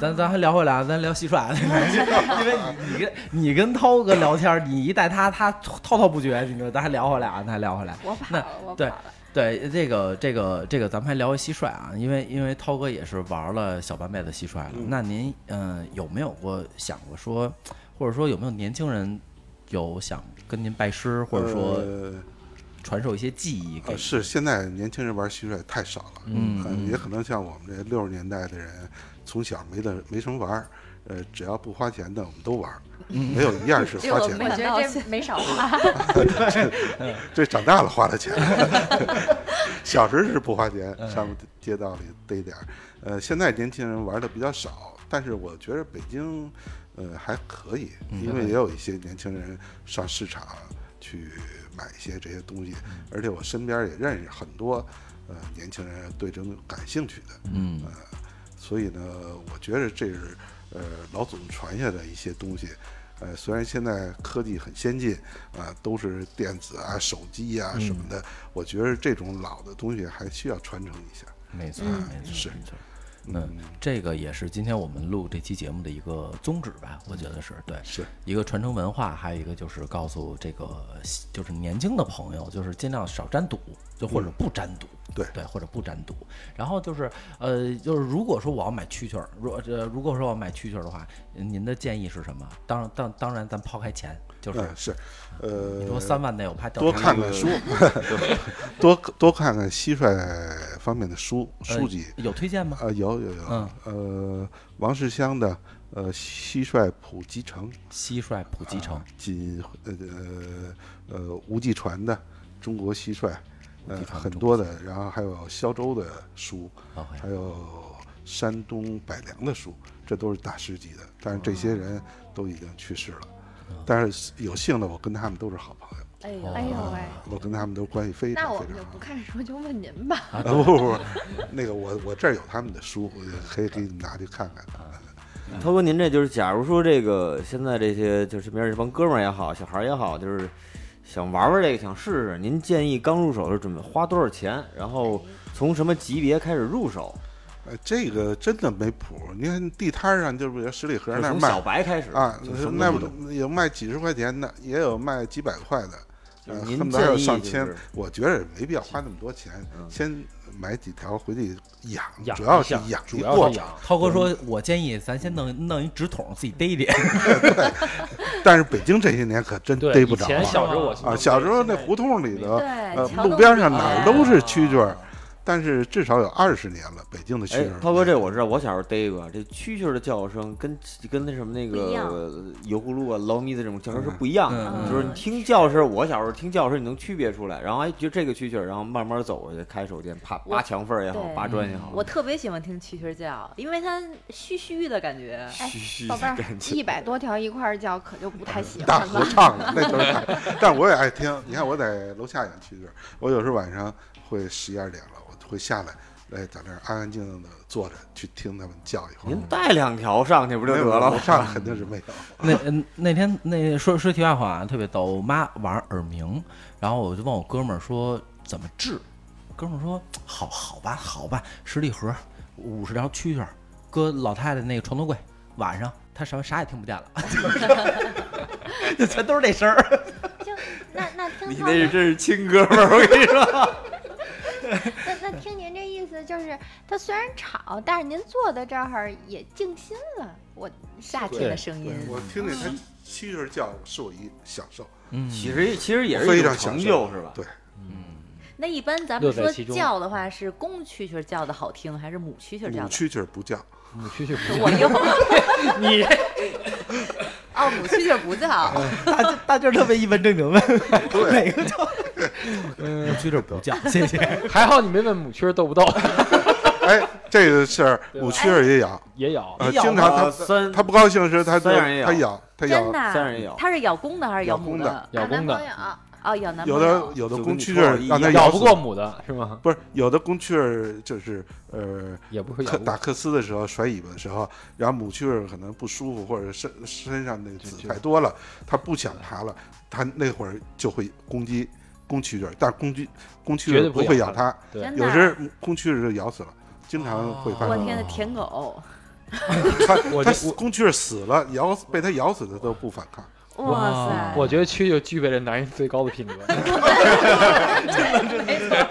F: 咱咱还聊回来啊，咱聊 蟋蟀，因为你你跟你跟涛哥聊天，你一带他，他滔滔不绝，你说咱还聊回来啊，咱还聊回来。
C: 我跑
F: 那
C: 了，我跑
F: 对
C: 了。
F: 对，这个这个这个，咱们还聊一蟋蟀啊，因为因为涛哥也是玩了小半辈子蟋蟀了。那您嗯、呃有没有过想过说，或者说有没有年轻人有想跟您拜师，或者说
A: 呃
F: 传授一些技艺给？
A: 呃，是现在年轻人玩蟋蟀太少了，
F: 嗯
A: 呃也可能像我们这六十年代的人，从小没得没什么玩儿，呃，只要不花钱的我们都玩儿，
F: 嗯
A: 没有一样是
B: 这
A: 花
B: 我
A: 钱
B: 没
A: 的，
C: 我
B: 想
C: 觉
B: 到
C: 得这没少花，
A: 这长大了花的钱， 小时候是不花钱，上街道里逮点儿，呃，现在年轻人玩的比较少，但是我觉得北京，呃，还可以，因为也有一些年轻人上市场去买一些这些东西，而且我身边也认识很多，呃，年轻人对这种感兴趣的，
F: 嗯
A: 所以呢，我觉得这是呃老祖宗传下的一些东西。呃，虽然现在科技很先进，啊、都是电子啊、手机啊
F: 嗯
A: 什么的，我觉得这种老的东西还需要传承一下。
F: 没错，
C: 嗯
F: 没错，
A: 是
F: 没错。嗯，这个也是今天我们录这期节目的一个宗旨吧，我觉得是对，
A: 是
F: 一个传承文化，还有一个就是告诉这个就是年轻的朋友，就是尽量少沾赌，就或者不沾赌，
A: 嗯对
F: 对，或者不沾赌。然后就是呃，就是如果说我要买蛐蛐儿，如呃如果说我要买蛐蛐儿的话，您的建议是什么？当然当当然，咱抛开钱，就是
A: 嗯是，呃
F: 你，说三万内我怕掉
A: 多
F: 钱
A: 看看书， 多多看看蟋蟀方面的书
F: 呃
A: 书籍。
F: 有推荐吗？
A: 啊，有有有，
F: 嗯
A: 呃，王世襄的呃《蟋蟀谱集成》，
F: 蟋蟀普及城，
A: 锦呃呃呃吴继传的《中国蟋蟀》，呃
F: 继传
A: 很
F: 中
A: 多的，然后还有萧周的书，
F: OK
A: 还有山东百良的书，这都是大师级的。但是这些人都已经去世了，但是有幸的我跟他们都是好朋友，
B: 哎呦，
C: 哎呦喂！
A: 我跟他们都关系非
C: 那
A: 常
C: 我
A: 非
C: 们就
A: 常
C: 不
A: 好。
C: 看书，就问您吧。
A: 啊 不不不，那个我我这儿有他们的书，我可以给你们拿去看看。
E: 涛哥，您这就是，假如说这个现在这些就是身边这帮哥们儿也好，小孩儿也好，就是想玩玩这个，想试试，您建议刚入手是准备花多少钱？然后从什么级别开始入手？
A: 呃，这个真的没谱儿。你看地摊儿上，就是比如十里河
E: 就是
A: 那儿
E: 从
A: 卖
E: 小白开始
A: 啊，
E: 就什么
A: 那
E: 都不懂
A: 有卖几十块钱的，也有卖几百块的，
E: 就
A: 呃
E: 是您
A: 恨不得还有
E: 建议
A: 上
E: 就
A: 千
E: 是。
A: 我觉得没必要花那么多钱，
E: 嗯
A: 先买几条回去养，
G: 养
A: 主要
G: 一
A: 是
G: 下
A: 养
G: 主
A: 一
G: 要
A: 过
G: 是
A: 程
G: 养。
F: 涛哥说，我建议咱先弄弄一纸筒，自己逮一点。
A: 但是北京这些年可真
G: 对，
A: 逮不着
G: 以前
A: 了
G: 小时候我
A: 啊！小时候那胡同里头，呃
B: 对，，桥
A: 路
B: 洞
A: 边
B: 里
A: 上哪儿都
B: 啊
A: 是蛐蛐儿，但是至少有二十年了，北京的蛐
E: 哎
A: 蛐儿。，
E: 涛哥，这我知道，我小时候逮过，这蛐蛐儿的叫声跟跟那什么那
B: 不一样
E: 个油葫芦啊、捞咪的这种叫声是不一样的，
F: 嗯嗯
E: 就是你听叫声，我小时候听叫声你能区别出来，然后哎，就这个蛐蛐儿，然后慢慢走过去，开手电，啪
B: 我
E: 扒墙缝儿也好，
B: 对
E: 扒砖也好，
B: 我特别喜欢听蛐蛐儿叫，因为它嘘嘘的感觉。
C: 哎
E: 嘘嘘
C: 宝
E: 的
C: 贝儿
E: 感，觉
C: 一百多条一块儿叫，可就不太喜
A: 大
C: 欢
A: 合
C: 了。
A: 唱的，那就是大。 但我也爱听。你看我在楼下演蛐蛐儿，我有时候晚上会十一二点了，我会下来，哎，在那儿安安静静的坐着去听他们叫一会儿
E: 您。带两条上去不就
A: 没
E: 得
A: 有
E: 了
A: 楼？上肯定是没有。
F: 那嗯那天那说说题外话啊，特别逗。我妈玩耳鸣，然后我就问我哥们儿说怎么治，哥们儿说好好吧好吧，十里河五十条蛐蛐儿，搁老太太那个床头柜，晚上她什么啥也听不见了， 就全都是那声儿。
C: 就 那那听
E: 你
C: 涛
E: 那是真是亲哥们儿，我跟你说，
C: 那那听您这意思就是，它虽然吵，但是您坐在这儿也静心了。我
B: 夏天的声音，
A: 我听见他蛐蛐儿叫是我一享受，
F: 嗯
E: 其实其实也是一
A: 非
E: 种
A: 常享
E: 成
A: 受
E: 就，是吧？
A: 对，
B: 那一般咱
G: 乐
B: 们
G: 在
B: 说
G: 其中
B: 叫的话，是公蛐蛐儿叫的好听，还是母蛐蛐儿
A: 母
B: 叫的？
A: 蛐蛐儿不叫，
G: 母蛐蛐 不
B: 我又你哦，母蛐蛐儿 不叫，
F: 大劲大劲儿特别一本正经问 哪个叫，
G: 嗯，
F: 蛐蛐儿不叫， 谢 谢。
G: 还好你没问母蛐儿逗不逗，
A: 哎，这个事儿母蛐儿也咬，
G: 也咬。
B: 哎
A: 呃，
F: 咬
A: 经常
E: 啊
A: 它
E: 三
A: 它不高兴时，它就
E: 三样也咬
A: 它咬它
B: 真
A: 咬
B: 的
E: 三
B: 啊
E: 人也有，
B: 它是咬公的还是
A: 咬
B: 母
A: 公的？
G: 咬
C: 啊
G: 公
C: 男
G: 的
C: 朋友哦，有男
A: 有
C: 朋
A: 的
C: 友
A: 有的
E: 就
A: 公
E: 跟
A: 蛐
E: 你
A: 蛐
E: 说
A: 儿
E: 的一
A: 让它
E: 样
G: 咬
A: 咬
G: 不
A: 死
G: 过母的是吗？
A: 不是有的公蛐儿就是呃
G: 也不会咬
A: 克
G: 不过
A: 打。克斯的时候甩尾巴的时候，然后母蛐儿可能不舒服，或者身身上那
G: 就
A: 籽
G: 就
A: 太多了，它不想爬了，它那会儿就会攻击公蛐蛐儿，但公蛐公蛐
G: 绝
A: 儿
G: 对
A: 不
G: 不
A: 会
G: 会
A: 咬
G: 咬
A: 它，
G: 对
C: 真的啊
A: 有时候公蛐儿就咬死了，经常会发
F: 哦
C: 我
A: 生。
C: 天呐，舔 狗！
A: 它
G: 我
A: 它
G: 就我
A: 公蛐儿死了，咬死被它咬死的都不反抗，
F: 哇
C: 哇塞，
G: 我觉得蛐蛐具备了男人最高的品格。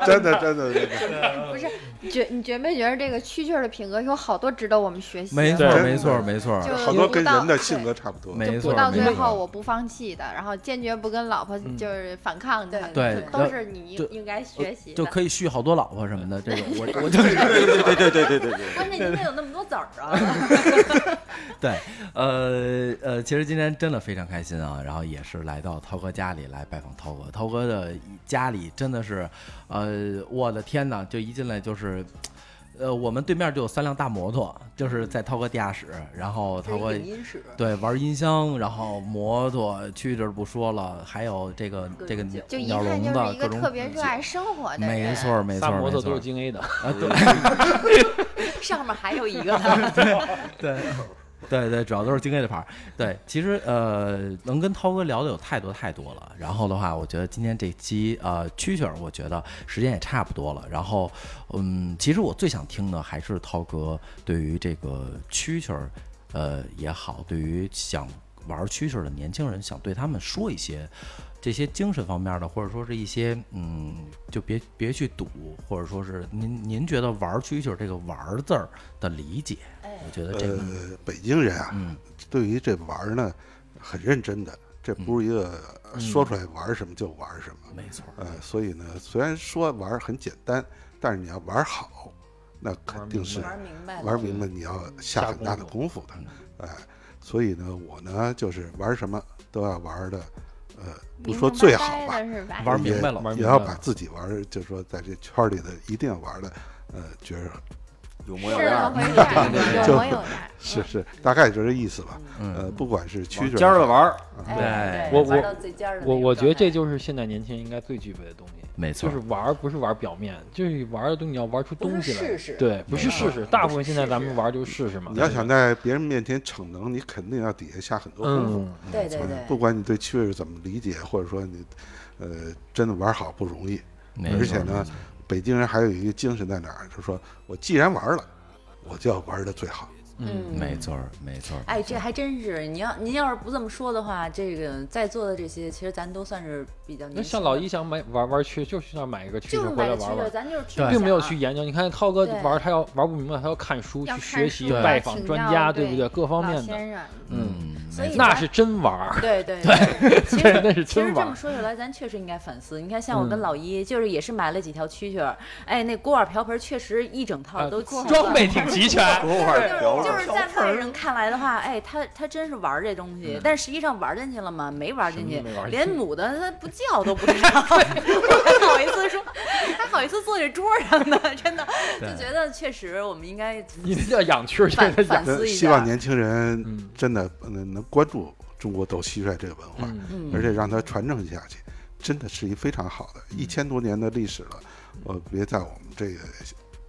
A: 真的真的真的。
C: 不是觉你觉没觉得这个蛐蛐儿的品格有好多值得我们学习啊的？
F: 没错
A: 对
F: 没错没错，
C: 就
A: 好多
C: 不
A: 跟
C: 到
A: 人的
C: 对
A: 性格差不多，
F: 没
C: 就
F: 错
C: 不到
F: 没
C: 最
F: 错嗯
C: 后我不放弃的，然后坚决不跟老婆就是反抗的，
F: 对对
C: 都是你
F: 就
C: 应该学习
F: 就
C: 的。
F: 可以续好多老婆什么的，这个我 我就
E: 对对对对对对对对。
B: 关键应该有那么多籽儿 啊！
F: 对，呃呃，其实今天真的非常开心啊，然后也是来到涛哥家里来拜访涛哥，涛哥的家里真的是，呃，我的天呐，就一进来就是。呃，我们对面就有三辆大摩托，就是在涛哥地下室，然后涛哥
B: 这是音室，
F: 对玩音箱，然后摩托蛐蛐儿不说了，还有这个这个
C: 就一
F: 鸟
C: 看
F: 笼
C: 就
F: 子，
C: 是一
F: 各
C: 个
F: 种
C: 特别热爱生活的人，
F: 没错儿没错
G: 仨
F: 儿
G: 摩
F: 没
G: 托
F: 错
G: 都是
F: 儿
G: 京 A 的，
F: 啊，对。
B: 上面还有一 个，
F: 对， 对对，主要都是京 A 的牌儿。对，其实呃，能跟涛哥聊的有太多太多了。然后的话，我觉得今天这期呃蛐蛐儿，我觉得时间也差不多了。然后嗯，其实我最想听的还是涛哥对于这个蛐蛐儿，呃也好，对于想玩蛐蛐儿的年轻人，想对他们说一些。这些精神方面的，或者说是一些嗯，就别别去赌，或者说是您您觉得玩蛐蛐儿这个“玩”字儿的理解，我觉得这个
A: 呃，北京人啊，
F: 嗯
A: 对于这玩儿呢，很认真的，这不是一个说出来玩儿什么就玩儿什么。
F: 没错，
A: 呃，所以呢，虽然说玩儿很简单，但是你要玩儿好，那肯定是
B: 玩明白
A: 玩儿明白，你要下很大的功夫的。哎、所以呢，我呢就是玩儿什么都要玩儿的，呃，不说最好
C: 明明
A: 吧
C: 白，白的是吧？
F: 玩明白了
A: 也
G: 玩
A: 也
G: 明白
A: 要
G: 了
A: 把自己玩儿，就是说在这圈儿里的一定要玩儿的，呃，觉着
E: 有模有
C: 是那
E: 样
C: 么回
E: 儿，
C: 事儿，
A: 就
C: 有模有样儿。
A: 是是，
B: 嗯
A: 大概就这意思吧。呃，
F: 嗯，
A: 不管是蛐蛐儿
E: 尖儿
A: 也
E: 的
A: 好
E: 玩儿，
F: 对
G: 我
B: 哎玩
G: 我
B: 到最尖儿的那
G: 我
B: 个
G: 我觉得
B: 状态
G: 这就是现在年轻人应该最具备的东西。
F: 没
G: 就
F: 错
G: 是，
A: 啊
G: 玩儿不是玩儿表面，就是玩儿的东西你要玩出东西来。
B: 不是试试
G: 对，不
A: 啊
G: 是
B: 没错
G: 试试。大部分现在
B: 不是试
G: 咱
B: 试
G: 们玩儿就是试试嘛。
A: 你要想在别人面前逞能，你肯定要底下下很多功夫。
G: 嗯，
B: 对对
A: 嗯
B: 对，
A: 不管你对趣味是怎么理解，或者说你，呃，真的玩好不容易。
F: 没
A: 而
F: 错
A: 且呢，北京人还有一个精神在哪儿，就是说我既然玩了，我就要玩的最好。
B: 嗯
F: 没错儿，没错儿，
B: 哎，这还真是，你要您要是不这么说的话，这个在座的这些，其实咱都算是比较年轻的。
G: 那像老一想买玩玩去，就去那儿买一个蛐
B: 就是
G: 蛐回
B: 买
G: 来
B: 个蛐
G: 玩
B: 蛐，
G: 玩，
B: 咱就是听
F: 对
G: 并没有
B: 讲
G: 去研究。你看涛哥
B: 啊对
G: 玩儿，他要玩不明白，他要看书
C: 要
G: 去
C: 看
G: 学习
C: 书，
F: 对
B: 啊
G: 拜访
C: 请
G: 专
C: 教
G: 家，
C: 对
G: 对不对？各方
C: 老
G: 面的，
C: 先生，
F: 嗯，
B: 所以
G: 那
B: 咱
G: 是真玩儿。
B: 对 对对，其实
G: 那是
B: 其实
G: 真
B: 这
G: 玩
B: 么
G: 儿。
B: 说起来，咱确实应该反思。你看，像我跟
G: 嗯
B: 老一，就是也是买了几条蛐蛐儿，哎，那锅碗瓢盆确实一整套
G: 啊
B: 都齐了。
G: 装备挺齐 全，
E: 多玩儿聊
B: 就
E: 玩
B: 是就
E: 儿
B: 是在外人看来的话，哎，他他真是玩儿这东西，但实际上玩儿进去了吗？没玩儿进去
G: 什么都没玩，儿进
B: 连
G: 去
B: 母的他不叫都不知道， 还好意思说，还好意思坐这桌上呢，真的就
F: 对
B: 觉得确实我们应该
G: 你这叫养蛐儿，
B: 反
G: 这叫养
B: 反。思一下。
A: 希望年轻人
G: 嗯
A: 真的呃能能关注中国斗蟋蟀这个文化，
G: 嗯，
B: 嗯
A: 而且让它传承下去，真的是一非常好的，一千多年的历史了，我别在我们这个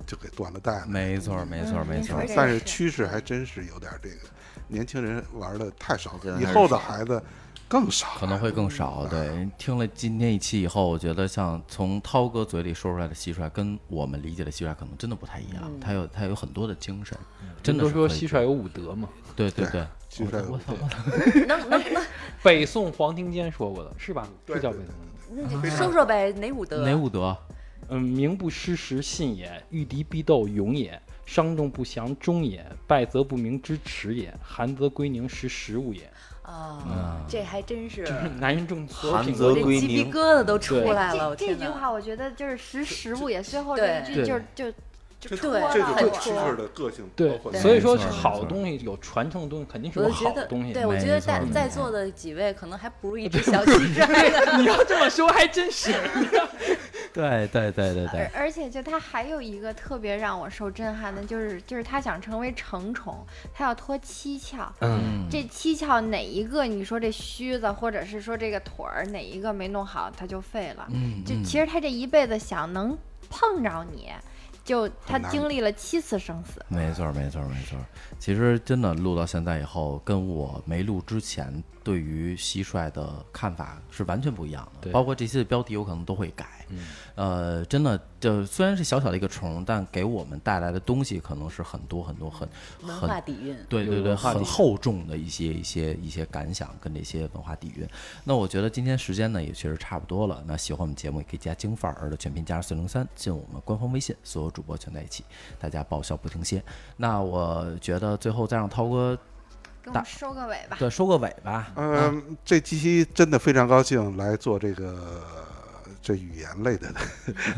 A: 就给断了代了。
F: 没错儿，没错儿，
C: 嗯
F: 没
C: 您
F: 错
C: 说
F: 儿
C: 这，
A: 但
C: 个
A: 是
C: 是
A: 趋势还真是有点这个，年轻人玩的太少
E: 现
A: 了，
E: 在
A: 以
E: 还是
A: 后的
E: 少
A: 孩子更少了，
F: 可能会更少。对，听了今天一期以后，我觉得像从涛哥嘴里说出来的蟋蟀，跟我们理解的蟋蟀可能真的不太一样，它有它有很多的精神，真的
G: 都
F: 是
G: 说
F: 可以
G: 蟋蟀有武德嘛。
F: 对对对，
A: 蟋蟀
F: 我操，我操
B: 能能能
G: 北宋黄庭坚说过的是吧？
A: 对
G: 是叫北
A: 对
G: 宋。
B: 那就说说呗，哪五德？
F: 哪武德？
G: 嗯，名不失时信也，御敌必斗勇也，伤众不祥忠也，败则不明之耻也，寒则归宁识时务也。
B: 啊？这还真是，
G: 男人重所有
E: 寒
G: 品
B: 我
E: 则
G: 格都
B: 这
E: 归
B: 鸡皮
E: 宁
B: 疙瘩都出
G: 对
B: 来了。
C: 这
B: 我
C: 这
B: 天
C: 句
B: 哪
C: 话我觉得就是识时务也，最后
B: 对
C: 这一句就是就就戳
B: 对
C: 到
A: 这就
C: 我
A: 是
B: 对
A: 蛐蛐儿的个性包
G: 对
A: 括，
G: 所以
F: 没
G: 说
F: 错没
G: 好
F: 错
G: 东西有传承的东西，肯定是
B: 我
G: 有
B: 就觉
G: 好
B: 得，
G: 东西。
B: 对我觉得
F: 没错
B: 在
F: 没
B: 在
F: 错
B: 座的几位可能还不如一只小蟋蟀呢。
G: 你要这么说还真是，
F: 对对对对
C: 而
F: 对，
C: 而且就它还有一个特别让我受震撼的，就是就是它想成为成虫，它要脱七窍。
G: 嗯，
F: 嗯，
C: 这七窍哪一个？你说这须子，或者是说这个腿儿哪一个没弄好，它就废了。
F: 嗯，
C: 就
F: 嗯
C: 其实他这一辈子想能碰着你，就他
A: 很难
C: 经历了七次生死。
F: 没错，没错，没错。其实真的录到现在以后，跟我没录之前对于蟋蟀的看法是完全不一样的。
G: 对
F: 包括这些标题，我可能都会改。呃，真的，就虽然是小小的一个虫，但给我们带来的东西可能是很多很多很
B: 文
F: 很
B: 化底蕴。
F: 对对
G: 有
F: 对，
G: 文化
F: 很
G: 底蕴
F: 厚重的一些一些一些感想跟这些文化底蕴。那我觉得今天时间呢也确实差不多了。那喜欢我们节目也可以加京范儿的全拼加上四零三进我们官方微信，所有主播全在一起，大家爆笑不停歇。那我觉得最后再让涛哥
C: 给我
F: 大
C: 们收个尾吧。
F: 对收个尾吧。
A: 嗯，这期真的非常高兴来做这个这语言类的。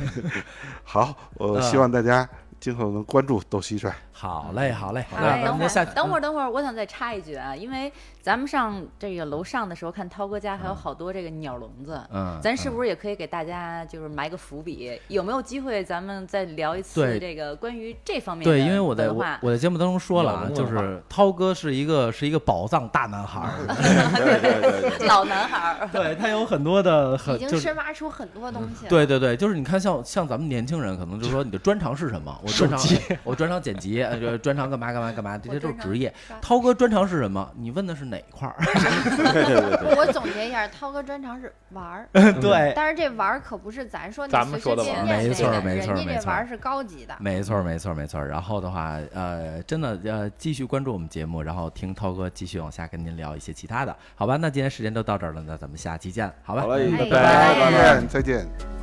A: 好，我
F: 嗯
A: 希望大家今后能关注斗蟋蟀。
F: 好嘞，好嘞，
B: 嗯好
F: 那
B: 嘞，哎等
F: 咱们
B: 会
F: 就下嗯
B: 儿，等会儿，等会儿，我想再插一句啊，因为咱们上这个楼上的时候，看涛哥家还有好多这个鸟笼子，
F: 嗯，
B: 咱是
F: 嗯
B: 不是也可以给大家就是埋个伏笔？有没有机会咱们再聊一
F: 对
B: 次这个关于这方面的
F: 对，因为我在
B: 文
F: 我
B: 化
F: 我在节目当中说了啊，
G: 有文
F: 就
G: 化
F: 是涛哥是一个是一个宝藏大男孩儿，
E: 对对对对，
B: 老男孩儿，
F: 对他有很多的很
C: 已经
F: 就是
C: 深挖出很多东西了。
F: 对对对，就是你看像像咱们年轻人，可能就说你的专长是什么？我专长哎我专长剪辑，呃就专长干嘛干嘛干嘛，这些都是职业。
C: 专长
F: 涛哥专长是什么？你问的是哪一块儿？
C: 我总结一下，涛哥专长是玩儿，
F: 对，
C: 但是这玩儿可不是咱说你
G: 咱们
C: 随
G: 说
C: 随
G: 的玩
C: 便
G: 儿
C: 便
F: 没错
C: 那个
F: 没错
C: 人
F: 没
C: 家
F: 错嗯
C: 这玩儿是高级的。
F: 没错没错没错。然后的话，呃，真的呃，继续关注我们节目，然后听涛哥继续往下跟您聊一些其他的，好吧？那今天时间都到这儿了，那咱们下期见，好吧？
E: 好嘞，
C: 哎
A: 拜
C: 拜
A: 拜，再见。
C: 拜